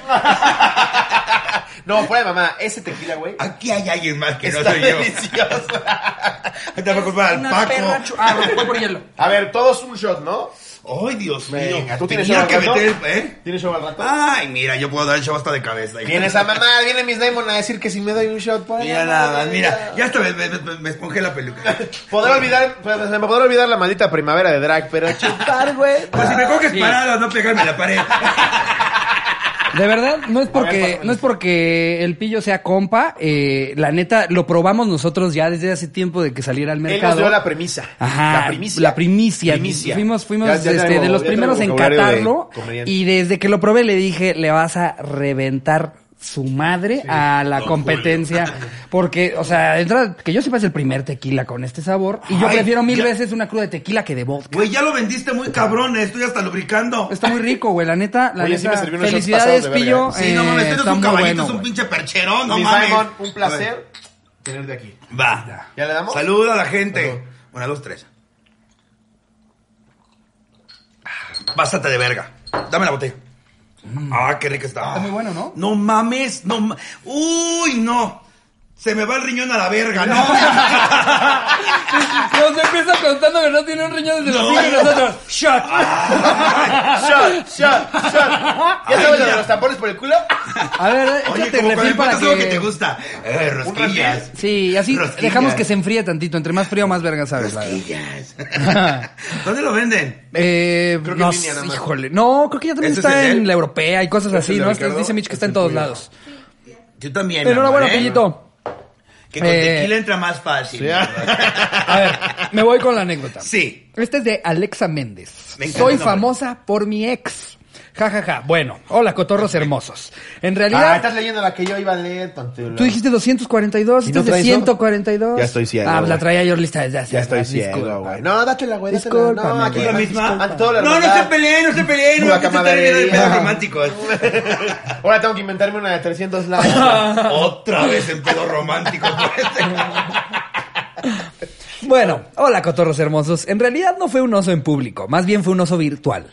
No, fuera de mamá, ese tequila, güey. Aquí hay alguien más Ah, que no Está soy yo. delicioso. Te voy a culpar al Una perra chu- Paco. Ah, fue por hielo. A ver, todos un shot, ¿no? Ay, Dios mío. Venga, ¿tú tienes Tenía show que al rato? meter, ¿eh? ¿Tienes show al rato? Ay, mira, yo puedo dar el show hasta de cabeza. Viene esa mamá, viene Miss Damon a decir que si me doy un shot, pues. por Mira nada más, mira. Ya hasta me, me, me- me esponjé la peluca. Podré olvidar, pues, se me podrá olvidar la maldita primavera de drag, pero chupar, güey. Pues si me coges Sí. parado, no pegarme la pared. De verdad, no es porque, no es porque el pillo sea compa. eh, la neta, lo probamos nosotros ya desde hace tiempo de que saliera al Él mercado. nos dio la premisa. Ajá, La primicia. la primicia. Primicia. Fuimos, fuimos Ya- ya este, traigo- de los ya traigo primeros en vocabulario de catarlo. comediante. Y desde que lo probé le dije, le vas a reventar su madre a la Don competencia. Porque, o sea, entra, que yo sepa es el primer tequila con este sabor. Y yo Ay, prefiero mil ya- veces una cruda de tequila que de vodka. Güey, ya lo vendiste muy cabrón, eh, estoy hasta lubricando. Está muy rico, güey, la neta. La Oye, sí neta. me sirvió unos shots Felicidades, pasados de Pillo. verga, Sí, no mames, eh, tú eres está un muy caballito, bueno, es un güey. pinche percherón, no Mi mames. Simon, un A ver, placer tenerte aquí. Va. ¿Ya le damos? Saluda a la gente. Salud. Una, dos, tres. Pásate de verga. Dame la botella. Ah, qué rica está. Mm. Está muy bueno, ¿no? No mames, no ma- Uy, no. Se me va el riñón a la verga, no. Nos empieza contando que no tiene un riñón desde los No. cinco y nosotros. ¡Shot! Shot, shot, shot. ¿Ya sabes lo de los tampones por el culo? A ver, Oye, échate como cuando refil para encuentras algo que te que. gusta. Eh, rosquillas. Sí, y así Rosquillas. dejamos que se enfríe tantito. Entre más frío, más verga sabes. la verdad. Rosquillas. ¿Dónde lo venden? Eh, Creo que no, en línea nada más. híjole. No, creo que ya también ¿Este es está el de en él? la europea y cosas ¿Este es así, el de ¿no? Este- Ricardo? dice Mitch que está Este en todos tuyo. lados. Yo también. mi Enhorabuena, amor, ¿eh? Pillito. Que con Eh. tequila entra más fácil. Sí. A ver, me voy con la anécdota. Sí. Este es de Alexa Méndez. Me encanta Soy el nombre. famosa por mi ex. Ja, ja, ja. Bueno, hola, cotorros hermosos. En Ah, realidad, estás leyendo la que yo iba a leer, tontulo. tú dijiste 242, ¿Y este no es de traes 142. Ya estoy ciego, Ah, güey. la traía yo lista desde hace Ya estoy rato, disculpa. ciego, güey. No, dátela, güey. dátela. Discúlpame, No, aquí güey. ¿La misma? Ante todo la no, no hermandad. se peleen, no se peleen. Pura No, que se están viendo el camaradería. pedo romántico. Ahora tengo que inventarme una de 300 lados. Otra vez el pedo romántico. por este. Bueno, hola cotorros hermosos. En realidad no fue un oso en público, más bien fue un oso virtual.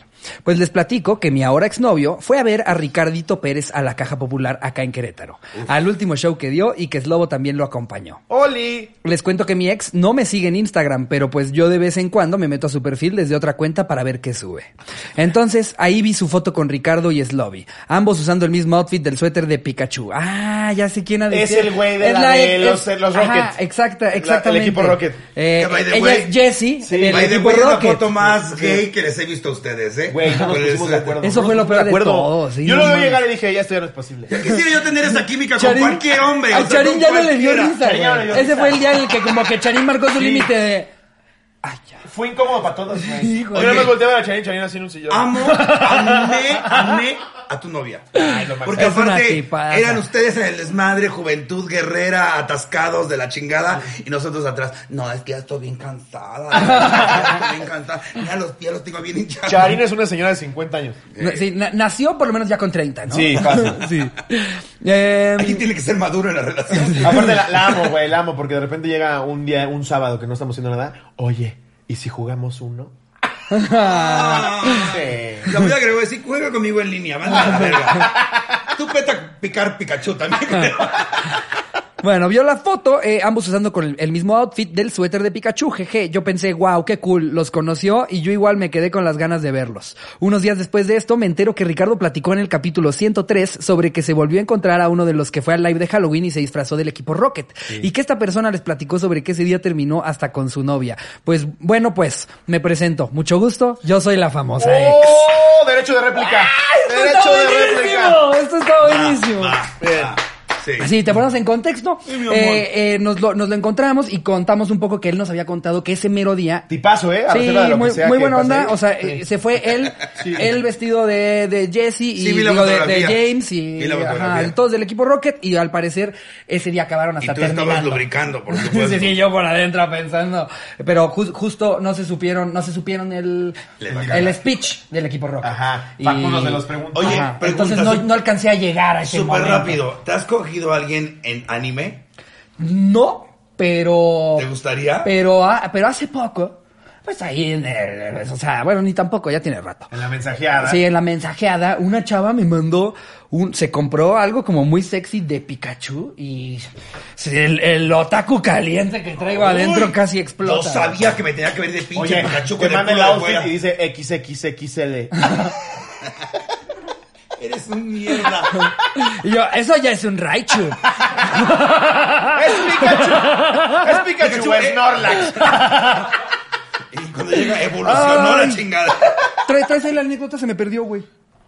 Pues les platico que mi ahora exnovio fue a ver a Ricardito Pérez a la Caja Popular acá en Querétaro, al último show que dio y que Slobo también lo acompañó. Oli. Les cuento que mi ex no me sigue en Instagram, pero pues yo de vez en cuando me meto a su perfil desde otra cuenta para ver qué sube. Entonces, ahí vi su foto con Ricardo y Slobby, ambos usando el mismo outfit del suéter de Pikachu. Ah, ya sé quién ha de Es ser. el güey de la de los- los ajá, Rockets. exacta, La- el exactamente. equipo Rocket. Eh, Que by the ella way- es Jessie, Sí, del By the equipo way, es la Rocket. foto más gay que les he visto a ustedes, ¿eh? Güey, no nos Pues, pusimos de acuerdo. Eso fue lo peor de acuerdo. todo. sí, yo no lo veo mames. llegar y dije, ya esto ya no es posible. Quisiera yo tener esa química Charín- con cualquier hombre. Ay, o sea, Charín con ya no le dio cualquiera. risa, Charín ya no le güey. dio Ese risa. fue el día en el que como que Charín marcó su Sí. límite de... Ay, ya. Fue incómodo para todos, güey. Hijo Yo no de- me volteaba a Charín, Charín así en un sillón. Amo, amé, amé a tu novia. lo máximo. Porque Es una aparte tipaza. eran ustedes en el desmadre, juventud guerrera, atascados de la chingada, y nosotros atrás. No, es que ya estoy bien cansada. ya estoy bien cansada. Mira, los pies los tengo bien hinchados. Charín es una señora de 50 años. No, sí, na- nació por lo menos ya con 30, ¿no? Eh, Sí, fácil. sí. Eh, Aquí tiene que ser maduro en la relación. Aparte la, la amo, güey, la amo, porque de repente llega un día, un sábado que no estamos haciendo nada. Oye, ¿y si jugamos uno? Sí. Ah. La voy a agregar, voy a decir, juega conmigo en línea, manda a la verga. Tú peta picar Pikachu también. pero- bueno, vio la foto, eh, ambos usando con el, el mismo outfit del suéter de Pikachu, jeje. Yo pensé, wow, qué cool, los conoció y yo igual me quedé con las ganas de verlos. Unos días después de esto me entero que Ricardo platicó en el capítulo 103 sobre que se volvió a encontrar a uno de los que fue al live de Halloween y se disfrazó del equipo Rocket. Y que esta persona les platicó sobre que ese día terminó hasta con su novia. Pues bueno, pues, me presento. Mucho gusto, yo soy la famosa ex. ¡Oh! Derecho de réplica. Derecho de réplica. Esto está buenísimo. Va, va, sí. Sí, te ponemos en contexto. Sí, mi amor. Eh, eh, nos, lo, nos lo encontramos y contamos un poco que él nos había contado que ese mero día. Tipazo, ¿eh? A Sí, reserva de lo muy, que sea muy que buena pase onda. ahí. O sea, eh, se fue él, él vestido de, de Jesse y Sí, vi la digo, de, de fotografía. James y, Vi la fotografía. ajá, todos del equipo Rocket y al parecer ese día acabaron Y hasta tú estabas terminando. lubricando, por Sí, supuesto. sí, sí, yo por adentro pensando. Pero ju- justo no se supieron, no se supieron el, Les va a el cagar. speech del equipo Rocket. Ajá. Facundo se los preguntó. Oye, Oye, entonces pregunta, no, sup- no alcancé a llegar a ese Súper momento. rápido, ¿te has cogido a alguien en anime? No, pero. ¿Te gustaría? Pero, ah, pero hace poco. Pues ahí en el- O sea, bueno, ni tampoco, ya tiene rato. En la mensajeada. Sí, en la mensajeada, una chava me mandó un. Se compró algo como muy sexy de Pikachu y. sí, El, el otaku caliente que traigo adentro Uy, casi explota. No sabía que me tenía que ver de pinche Oye, Pikachu te con el manda el culo de fuera. outfit y dice XXXL. Eres un mierda. Y yo, eso ya es un Raichu. ¡Es Pikachu! ¡Es Pikachu, Pikachu! eh. ¡Es Norlax! y cuando llega, evolucionó Ay. la chingada. Trae, traes ahí la anécdota, se me perdió, güey.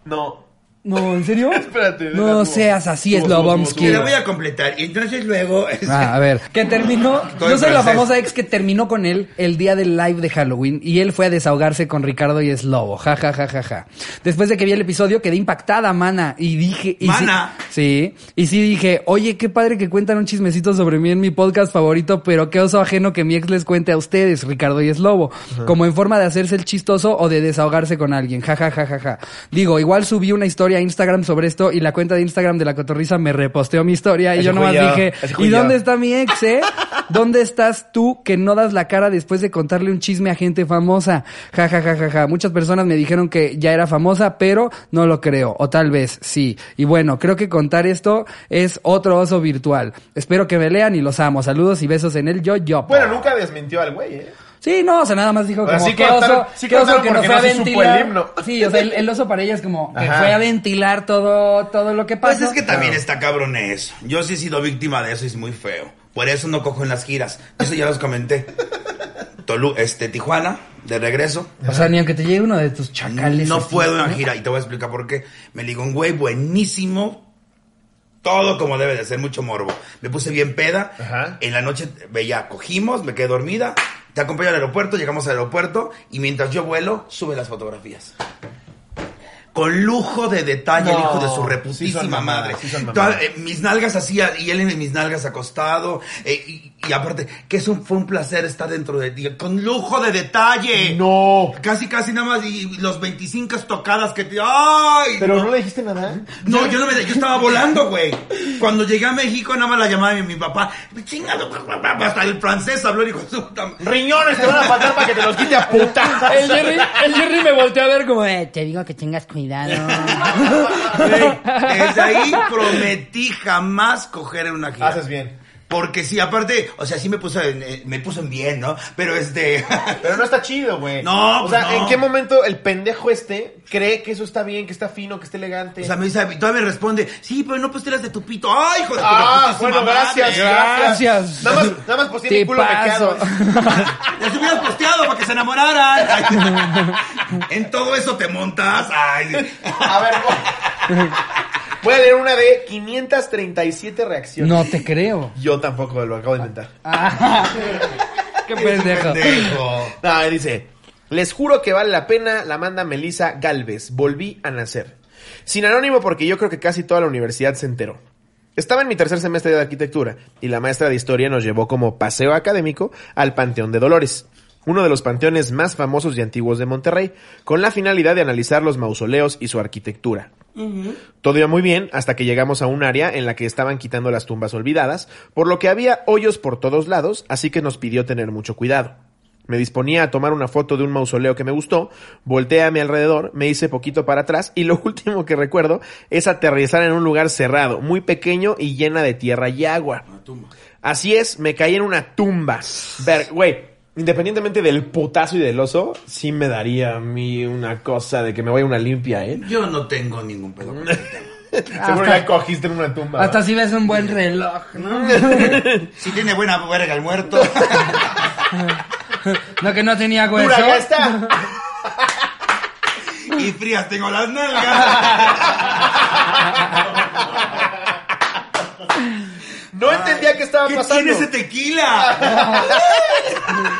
No. No, ¿en serio? Espérate, de la No tuvo. seas así, Tuvo, tuvo, tuvo, Slobomsky. Que la voy a completar. Y entonces luego. pues, Ah, a ver, que terminó. Todo Yo en soy la francés. famosa ex que terminó con él el día del live de Halloween y él fue a desahogarse con Ricardo y es lobo. Ja, ja, ja, ja, ja. Después de que vi el episodio quedé impactada, mana, y dije. y sí- Mana. Sí, Y sí dije, oye, qué padre que cuentan un chismecito sobre mí en mi podcast favorito, pero qué oso ajeno que mi ex les cuente a ustedes, Ricardo y es lobo. Como en forma de hacerse el chistoso o de desahogarse con alguien. Ja, ja, ja, ja, ja. Digo, igual subí una historia a Instagram sobre esto y la cuenta de Instagram de la cotorriza me reposteó mi historia y Ese yo fui nomás yo, dije, ese fui ¿y yo". dónde está mi ex, eh? ¿Dónde estás tú que no das la cara después de contarle un chisme a gente famosa? Ja, ja, ja, ja, ja. Muchas personas me dijeron que ya era famosa, pero no lo creo. O tal vez sí. Y bueno, creo que contar esto es otro oso virtual. Espero que me lean y los amo. Saludos y besos en el yo, yo. Bueno, nunca desmintió al güey, ¿eh? Sí, no, o sea, nada más dijo O sea, como sí que cortaron- oso, sí qué oso cortaron que no porque fue a no se supo ventilar. el himno. Sí, o sea, el, el oso para ella es como que Ajá. fue a ventilar todo, todo lo que pasó. Pues es Ah. que también está cabrón eso. Yo sí he sido víctima de eso y es muy feo. Por eso no cojo en las giras. Eso ya los comenté. Tolu, este, Tijuana, de regreso. O sea, ni aunque te llegue uno de tus chacales. No así, puedo ¿no? una gira y te voy a explicar por qué. Me ligó un güey buenísimo. Todo como debe de ser, mucho morbo. Me puse bien peda. Ajá. En la noche veía, cogimos, me quedé dormida. Te acompaño al aeropuerto, llegamos al aeropuerto y mientras yo vuelo, sube las fotografías. Con lujo de detalle, el No, hijo de su sí son reputísima mamadas, madre. sí son Toda- mamadas. eh, mis nalgas así, y él en mis nalgas acostado. eh, y, y aparte, que es un, fue un placer estar dentro de ti. Con lujo de detalle. No. Casi, casi nada más. Y los 25 tocadas que te. ¡Ay! Pero no le dijiste nada. No, yo no me. Yo estaba volando, güey. Cuando llegué a México, nada más la llamaba mi, mi papá. Chingado. Hasta el francés habló y dijo. "Su tam-". Riñones te van a faltar para que te los quite a puta. El Jerry, el Jerry me volteó a ver como, eh, te digo que tengas cuidado. Güey, Desde ahí prometí jamás coger en una gira. Haces bien. Porque sí, aparte, o sea, sí me puso en, eh, me puso en bien, ¿no? Pero este. Pero no está chido, güey. No, O sea, pues no. ¿en qué momento el pendejo este cree que eso está bien, que está fino, que está elegante? O sea, me dice, todavía me responde, sí, pero no postelas de tu pito. ¡Ay, hijo de tu ah, reputísima bueno, gracias, madre! Gracias. gracias. Nada más, nada más posteé mi Te culo paso. mequeado. Les hubieras posteado para que se enamoraran. en todo eso te montas. Ay. A ver, voy- voy a leer una de 537 reacciones. No te creo. Yo tampoco lo acabo de inventar. Qué pendejo. Pendejo. No, dice, les juro que vale la pena, la manda Melissa Galvez, volví a nacer. Sin anónimo porque yo creo que casi toda la universidad se enteró. Estaba en mi tercer semestre de arquitectura y la maestra de historia nos llevó como paseo académico al Panteón de Dolores, uno de los panteones más famosos y antiguos de Monterrey, con la finalidad de analizar los mausoleos y su arquitectura. Todo iba muy bien hasta que llegamos a un área en la que estaban quitando las tumbas olvidadas, por lo que había hoyos por todos lados, así que nos pidió tener mucho cuidado. Me disponía a tomar una foto de un mausoleo que me gustó, volteé a mi alrededor, me hice poquito para atrás y lo último que recuerdo es aterrizar en un lugar cerrado, muy pequeño y llena de tierra y agua. Así es, me caí en una tumba. Ver, güey, independientemente del putazo y del oso, sí me daría a mí una cosa de que me vaya una limpia, ¿eh? Yo no tengo ningún pedo con ese tema. Seguro Hasta- la cogiste en una tumba. Hasta si ves un buen reloj, ¿no? Si tiene buena verga el muerto. No, que no tenía Pues Dura, hueso. acá está. y frías tengo las nalgas. No entendía qué estaba ¿Qué pasando. tiene ese tequila?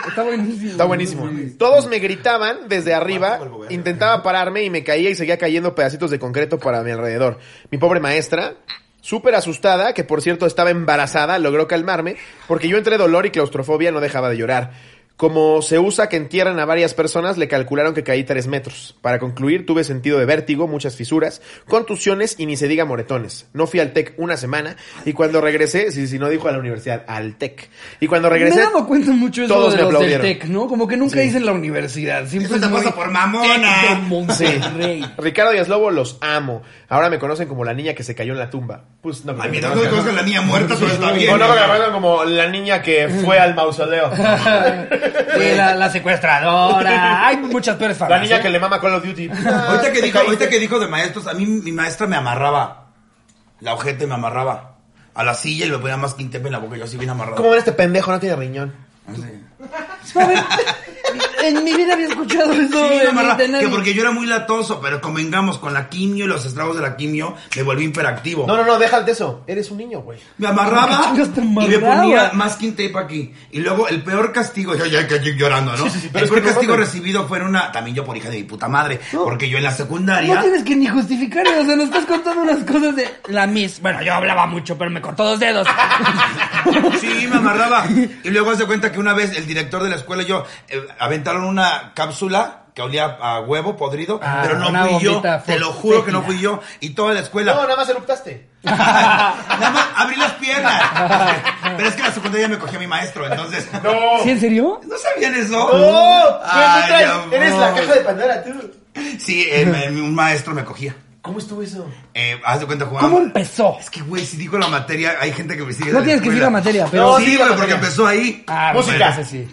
Está buenísimo. Está buenísimo. Todos me gritaban desde arriba, intentaba pararme y me caía y seguía cayendo pedacitos de concreto para mi alrededor. Mi pobre maestra, súper asustada, que por cierto estaba embarazada, logró calmarme, porque yo entre dolor y claustrofobia no dejaba de llorar. Como se usa que entierran a varias personas, le calcularon que caí tres metros. Para concluir, tuve sentido de vértigo, muchas fisuras, contusiones y ni se diga moretones. No fui al TEC una semana y cuando regresé, si no dijo a la universidad, al TEC. Y cuando Me he regresé... dado cuenta mucho eso todos de me los del aplaudieron. TEC, ¿no? Como que nunca hice en la universidad. Siempre Eso te es muy pasa por mamona. Tec de Sí. Monterrey. Ricardo Díaz Lobo los amo. Ahora me conocen como la niña que se cayó en la tumba. Pues no, Ay, me mientras no conozcas a la niña muerta, todo está bien. O no me conozcan como la niña que fue al mausoleo. Sí, la, la secuestradora. Hay muchas peores La famas, niña ¿eh? que le mama Call of Duty. Ahorita que, Te dijo, ahorita caíste. que dijo de maestros, a mí mi maestra me amarraba. La ojete me amarraba. A la silla y le ponía más quintepe en la boca. Yo así bien amarrado. ¿Cómo ven este pendejo? No tiene riñón. Así. A ver, En mi vida había escuchado eso Sí, de no, Marla, de nadie. que porque yo era muy latoso, pero convengamos con la quimio y los estragos de la quimio, me volví hiperactivo. No, no, no, déjate eso. Eres un niño, güey. Me amarraba ¿Por qué chingas te y me amarraba? ponía masking tape aquí. Y luego el peor castigo, yo ya que estoy llorando, ¿no? Sí, sí, sí, pero el es peor que no castigo mames. recibido fue en una, también yo por hija de mi puta madre, porque yo en la No secundaria... tienes que ni justificar, o sea, nos estás contando unas cosas de la Miss. Bueno, yo hablaba mucho, pero me cortó dos dedos. Sí, me amarraba. Y luego hace cuenta que una vez el director de la escuela y yo eh, aventaron una cápsula que olía a huevo podrido, Ah, pero no una fui yo. bombita Te lo juro que no fosfética. fui yo. Y toda la escuela. No, nada más eruptaste. Nada más abrí las piernas. Pero es que en la secundaria me cogió mi maestro, entonces. ¿No, ¿Sí, en serio? sabían eso? ¡No! Güey, tú Oh, Ay, Oh, traes- amor. eres la caja de Pandora, tú. Sí, eh, me- un maestro me cogía. ¿Cómo estuvo eso? Eh, haz de cuenta jugaba. ¿Cómo empezó? Es que, güey, si digo la materia, hay gente que me sigue. No de tienes que escuela. decir la materia, pero... No, sí, diga güey, la porque materia. empezó ahí. Ah, música. bueno, ese sí.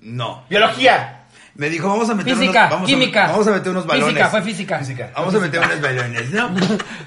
No. Biología. Me dijo, vamos a meter Física, unos, vamos a- química. vamos a meter unos Física, balones. fue física. Física. Vamos a meter unos balones, ¿no?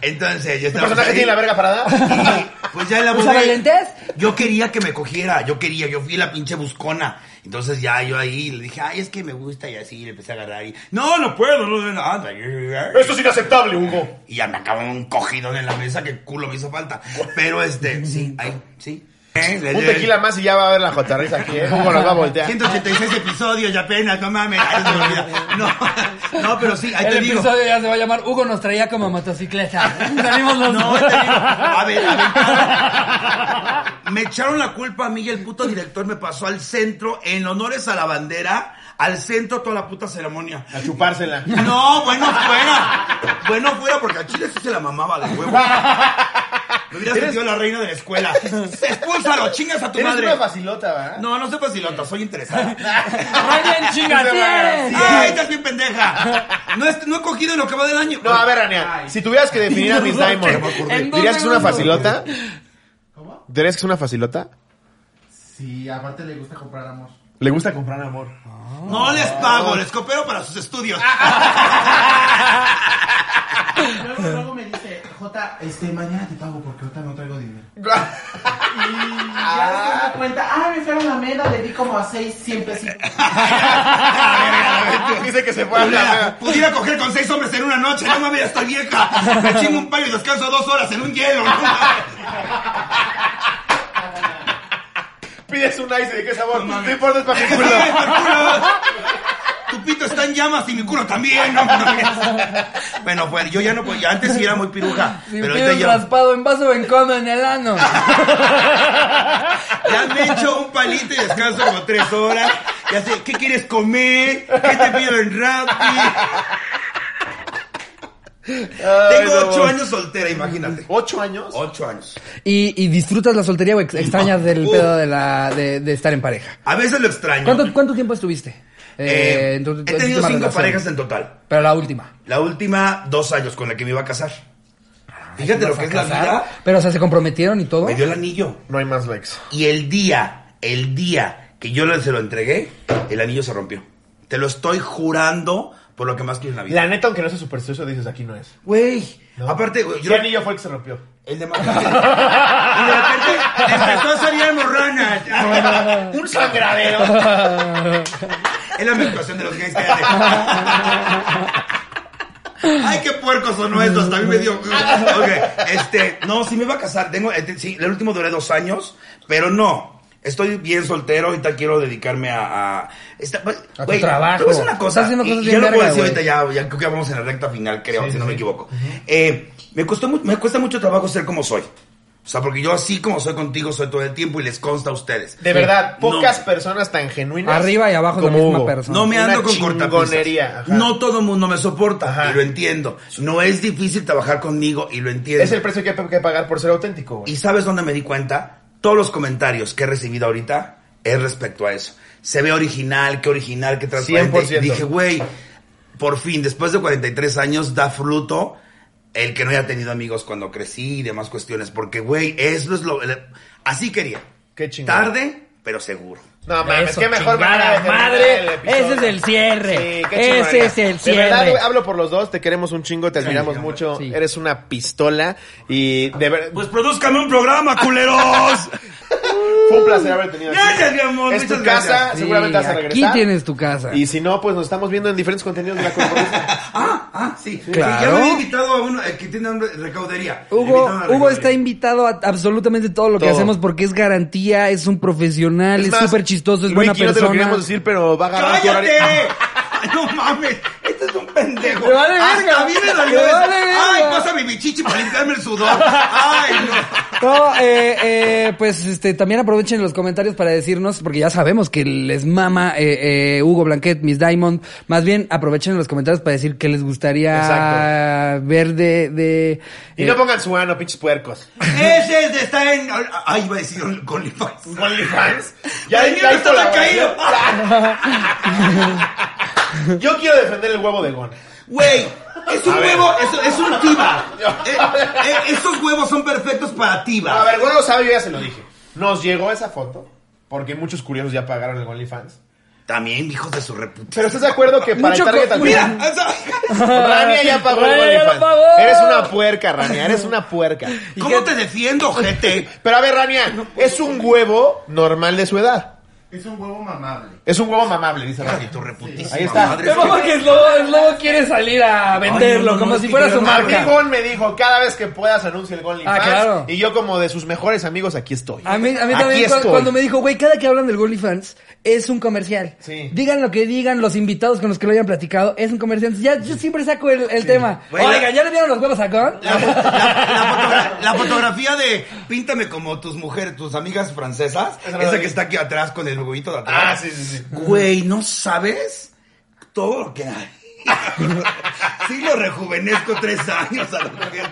Entonces, yo ¿Tu estaba. personaje ahí. tiene la verga parada? Y, pues ya la ¿Usaba busqué. lentes? Yo quería que me cogiera, yo quería, yo fui la pinche buscona. Entonces ya yo ahí le dije, ay, es que me gusta y así le empecé a agarrar y, no, no puedo, no, no, no, anda". Esto es inaceptable, Hugo. Y ya me acabaron un cogido en la mesa que culo me hizo falta. Pero este, sí, ahí, sí. Eh, le- Un tequila más y ya va a haber la jotarriza aquí, ¿eh? Hugo nos va a voltear. 186 episodios, ya apenas, no mames. Ay, se me olvida. No, no, pero sí, ahí El te digo. episodio ya se va a llamar Hugo nos traía como motocicleta. Salimos los No, te digo, a ver, a ver. Me echaron la culpa a mí y el puto director me pasó al centro en honores a la bandera, al centro toda la puta ceremonia. A chupársela. No, bueno fuera. Bueno fuera porque a Chile sí se la mamaba de huevo. Me hubiera sentido la reina de la escuela. Expúlsalo, chingas a tu Eres madre. una facilota, ¿verdad? No, no sepas si lota, soy interesada. Muy bien, chinga, Se va, sí. ¡Ay, estás bien pendeja! No, es- no he cogido en lo que va del año. No, a ver, Rania, si tuvieras que definir a Miss Diamond, ¿En dónde ¿dirías que es una mundo? facilota? ¿Dirías que es una facilota? Sí, aparte le gusta comprar amor. Le gusta comprar amor. No les pago, les coopero para sus estudios. Ah, Luego, luego me dice, Jota, este, mañana te pago porque ahorita no traigo dinero. Y ya después me cuenta, ah, me fui a la Alameda, le di como a 6, 100 pesitos. Ah, Dice que se fue a Pudiera, la pudiera coger con seis hombres en una noche, no mames, ya estoy vieja. Me chingo un payo y descanso dos horas en un hielo. no mames. Pides un ice de qué sabor. No No mames. importa, es para mi culo. Ay, por culo. Tu pito está en llamas y mi culo también, no mames. Bueno, pues yo ya no podía, antes sí era muy piruja, Si pero ahorita tienes ya, raspado en vaso o en cono en el ano. ya me echo un palito y descanso como tres horas. Ya sé, ¿qué quieres comer? ¿Qué te pido en Rappi? Tengo Ay, no, ocho vos. años soltera, imagínate. ¿Ocho años? Ocho años. ¿Y, y disfrutas la soltería o ex- Ah, extrañas del uh. pedo de, la, de, de estar en pareja? A veces lo extraño. ¿Cuánto, cuánto tiempo estuviste? Eh, Eh, en tu- tu he tenido última cinco relación. parejas en total. Pero la última. La última, dos años con la que me iba a casar. Fíjate lo que es la vida. Pero, o sea, se comprometieron y todo. Me dio el anillo. No hay más likes. Y el día, el día que yo se lo entregué, el anillo se rompió. Te lo estoy jurando por lo que más quiero en la vida. La neta, aunque no sea supersticioso, dices aquí no es. Güey, ¿no? aparte, güey, yo- ¿Qué anillo fue el que se rompió? el de Macario. y de repente empezó a salir morrana. Un sangradero. Es la menstruación de los gays, cállate. Ay, qué puercos son estos, también me dio... Ok, este, no, sí me iba a casar, tengo, este, sí, el último duré dos años, pero no, estoy bien soltero, ahorita quiero dedicarme a... A, esta- pues, tu güey, trabajo. te voy a decir una Estás cosa, haciendo y- cosas y bien ya lo puedo verga, decir güey. ahorita, ya, ya creo que vamos en la recta final, creo, si no me equivoco. Eh, me costó, mu- me cuesta mucho trabajo ser como soy. O sea, porque yo así como soy contigo soy todo el tiempo y les consta a ustedes. De verdad, No. pocas personas tan genuinas. Arriba y abajo de la como misma Hugo. persona. No me Una ando con chingonería, cortapisas. ajá. No todo el mundo me soporta, Ajá. y lo entiendo. No es difícil trabajar conmigo y lo entiendo. Es el precio que hay que pagar por ser auténtico, güey. Y sabes dónde me di cuenta? Todos los comentarios que he recibido ahorita es respecto a eso. Se ve original, qué original, qué transparente. 100%. Y dije, güey, por fin, después de 43 años da fruto el que no haya tenido amigos cuando crecí y demás cuestiones. Porque, güey, eso es lo... el- así quería. Qué chingón. Tarde, pero seguro. No mames, Eso, qué mejor chingada manera de terminar madre. el episodio. Ese es el cierre. Sí, qué Ese chingonería. es el De verdad, cierre. güey, hablo por los dos, te queremos un chingo, te admiramos hombre, mucho. sí. Eres una pistola y de verdad. Pues produzcanme un programa, culeros. Fue un placer haber tenido aquí. Gracias, mi amor, Es tu muchas gracias. casa, seguramente vas a aquí regresar. tienes tu casa. Y si no, pues nos estamos viendo en diferentes contenidos de la corporación. Ah, ah, sí. Claro. Ya me había invitado a uno eh, que tiene nombre recaudería. Hugo, Invitaron a Hugo recaudería. está invitado a absolutamente todo lo que Todo. hacemos porque es garantía, es un profesional, es más, súper chistoso, es Luiki, buena no te lo persona. queríamos decir, pero va a agarrar tu ¡Cállate! horario. Ah, Ay, no mames, este es un pendejo. Ah. Me vale verga, Hasta a mí me dolió me eso. vale verga. Ay, pasa mi bichichi para limpiarme el sudor. Ay, no. No, eh, eh, pues este, también aprovechen los comentarios para decirnos, porque ya sabemos que les mama eh, eh, Hugo Blanquet, Miss Diamond. Más bien, aprovechen los comentarios para decir qué les gustaría Exacto. ver de... de Y eh, no pongan su ano, pinches puercos. Ese es de- está en. Ay, iba a decir OnlyFans. OnlyFans. Ya el mío hay está tan caído. Ah, Yo quiero defender el huevo de Gon. Güey, es un A ver. huevo, es, es un tiba. Eh, eh, esos huevos son perfectos para Ah. tiba. A ver, Gon lo sabe, yo ya se lo dije. Nos llegó esa foto porque muchos curiosos ya pagaron el OnlyFans. También, hijos de su reputa. Pero ¿estás de acuerdo que para Mucho el Target co- al- Mira, o sea, Rania ya pagó el Rania ya lo OnlyFans. pagó. Eres una puerca, Rania, eres una puerca. ¿cómo te defiendo, gente? Pero a ver, Rania, es un huevo normal de su edad. Es un huevo mamable. Es un huevo mamable, dice Rania. Tu reputísima Ahí está. madre. Me mama que Slobo, Slobo quiere salir a venderlo, no, no, como es si que fuera quiero su amar, marca. Martín Gon me dijo, cada vez que puedas anuncia el OnlyFans. Ah, claro. Y yo como de sus mejores amigos, aquí estoy. A mí, a mí Aquí también cu- estoy. cuando me dijo, güey, cada que hablan del OnlyFans es un comercial. Sí. Digan lo que digan los invitados con los que lo hayan platicado, es un comercial. Ya, yo siempre saco el, el tema. Güey, la- Oiga, ¿ya le dieron los huevos a Gon? La, la- la fotogra- la fotografía de píntame como tus mujeres, tus amigas francesas, Esa no la esa vi. que está aquí atrás con el huevito de atrás. Ah, sí, sí, sí. Güey, ¿no sabes todo lo que hay? Sí lo rejuvenezco tres años a la mujer.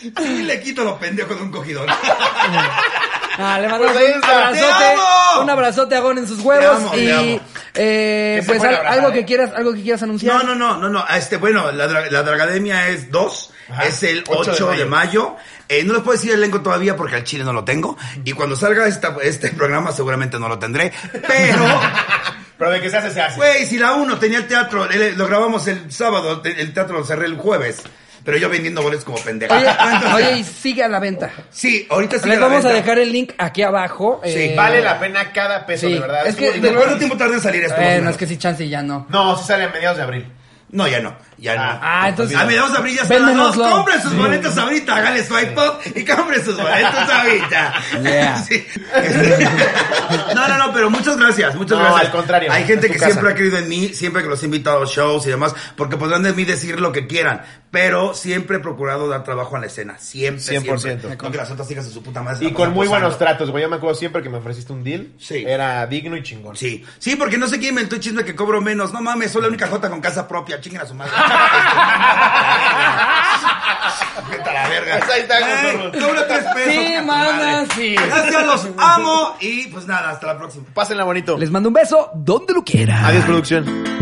Sí le quito lo pendejo de un cogidor. Ah, le mandamos Pues ahí un está. abrazote, ¡Te amo! un abrazote a Gon en sus huevos amo, y te amo. eh, Que se pues pueda al- abrazar, algo que ¿eh? quieras, algo que quieras anunciar. No, no, no, no, no. Este, bueno, la, dra- la Dragademia es 2, Ajá. es el Ocho 8, de mayo. de mayo. Eh, no les puedo decir el elenco todavía porque al chile no lo tengo. Y cuando salga esta- este programa seguramente no lo tendré. Pero, Pero de que se hace, se hace. güey, si la 1 tenía el teatro, el- lo grabamos el sábado, te- el teatro lo cerré el jueves. Pero yo vendiendo boletos como pendejo. Oye, oye, y sigue a la venta. sí, ahorita sí. Les vamos a dejar el link aquí abajo. eh, Sí, Vale la pena cada peso, sí. de verdad. Es que- un- de- ¿Cuánto tiempo tarda en salir esto? más o Bueno, menos? eh, es que si chance y ya no. No, se sale a mediados de abril. No, ya no, ya no. Ah, entonces. A ver, vamos a abrir ya hasta las dos. Véndenoslo. Compren sus boletos ahorita. Háganle swipe up y compren sus boletos ahorita. Yeah. Sí. No, no, no, pero muchas gracias. Muchas No, gracias. al contrario, Hay es gente tu que casa. siempre ha creído en mí, siempre que los he invitado a shows y demás, porque podrán de mí decir lo que quieran. Pero siempre he procurado dar trabajo a la escena. Siempre, 100%. siempre. No que las otras sigas en su puta madre. se Y la con pasan muy posando. buenos tratos, güey. Yo me acuerdo siempre que me ofreciste un deal. Sí. Era digno y chingón. Sí, sí, porque no sé quién inventó el chisme que cobro menos. No mames, soy la única jota con casa propia. Chinguen a su madre. Vete a la verga. Pues ahí está, Ay, con todo. Cobro tres pesos. Sí, chinga su mana, madre. sí. Gracias, los amo. Y pues nada, hasta la próxima. Pásenla bonito. Les mando un beso donde lo quiera. Adiós, producción.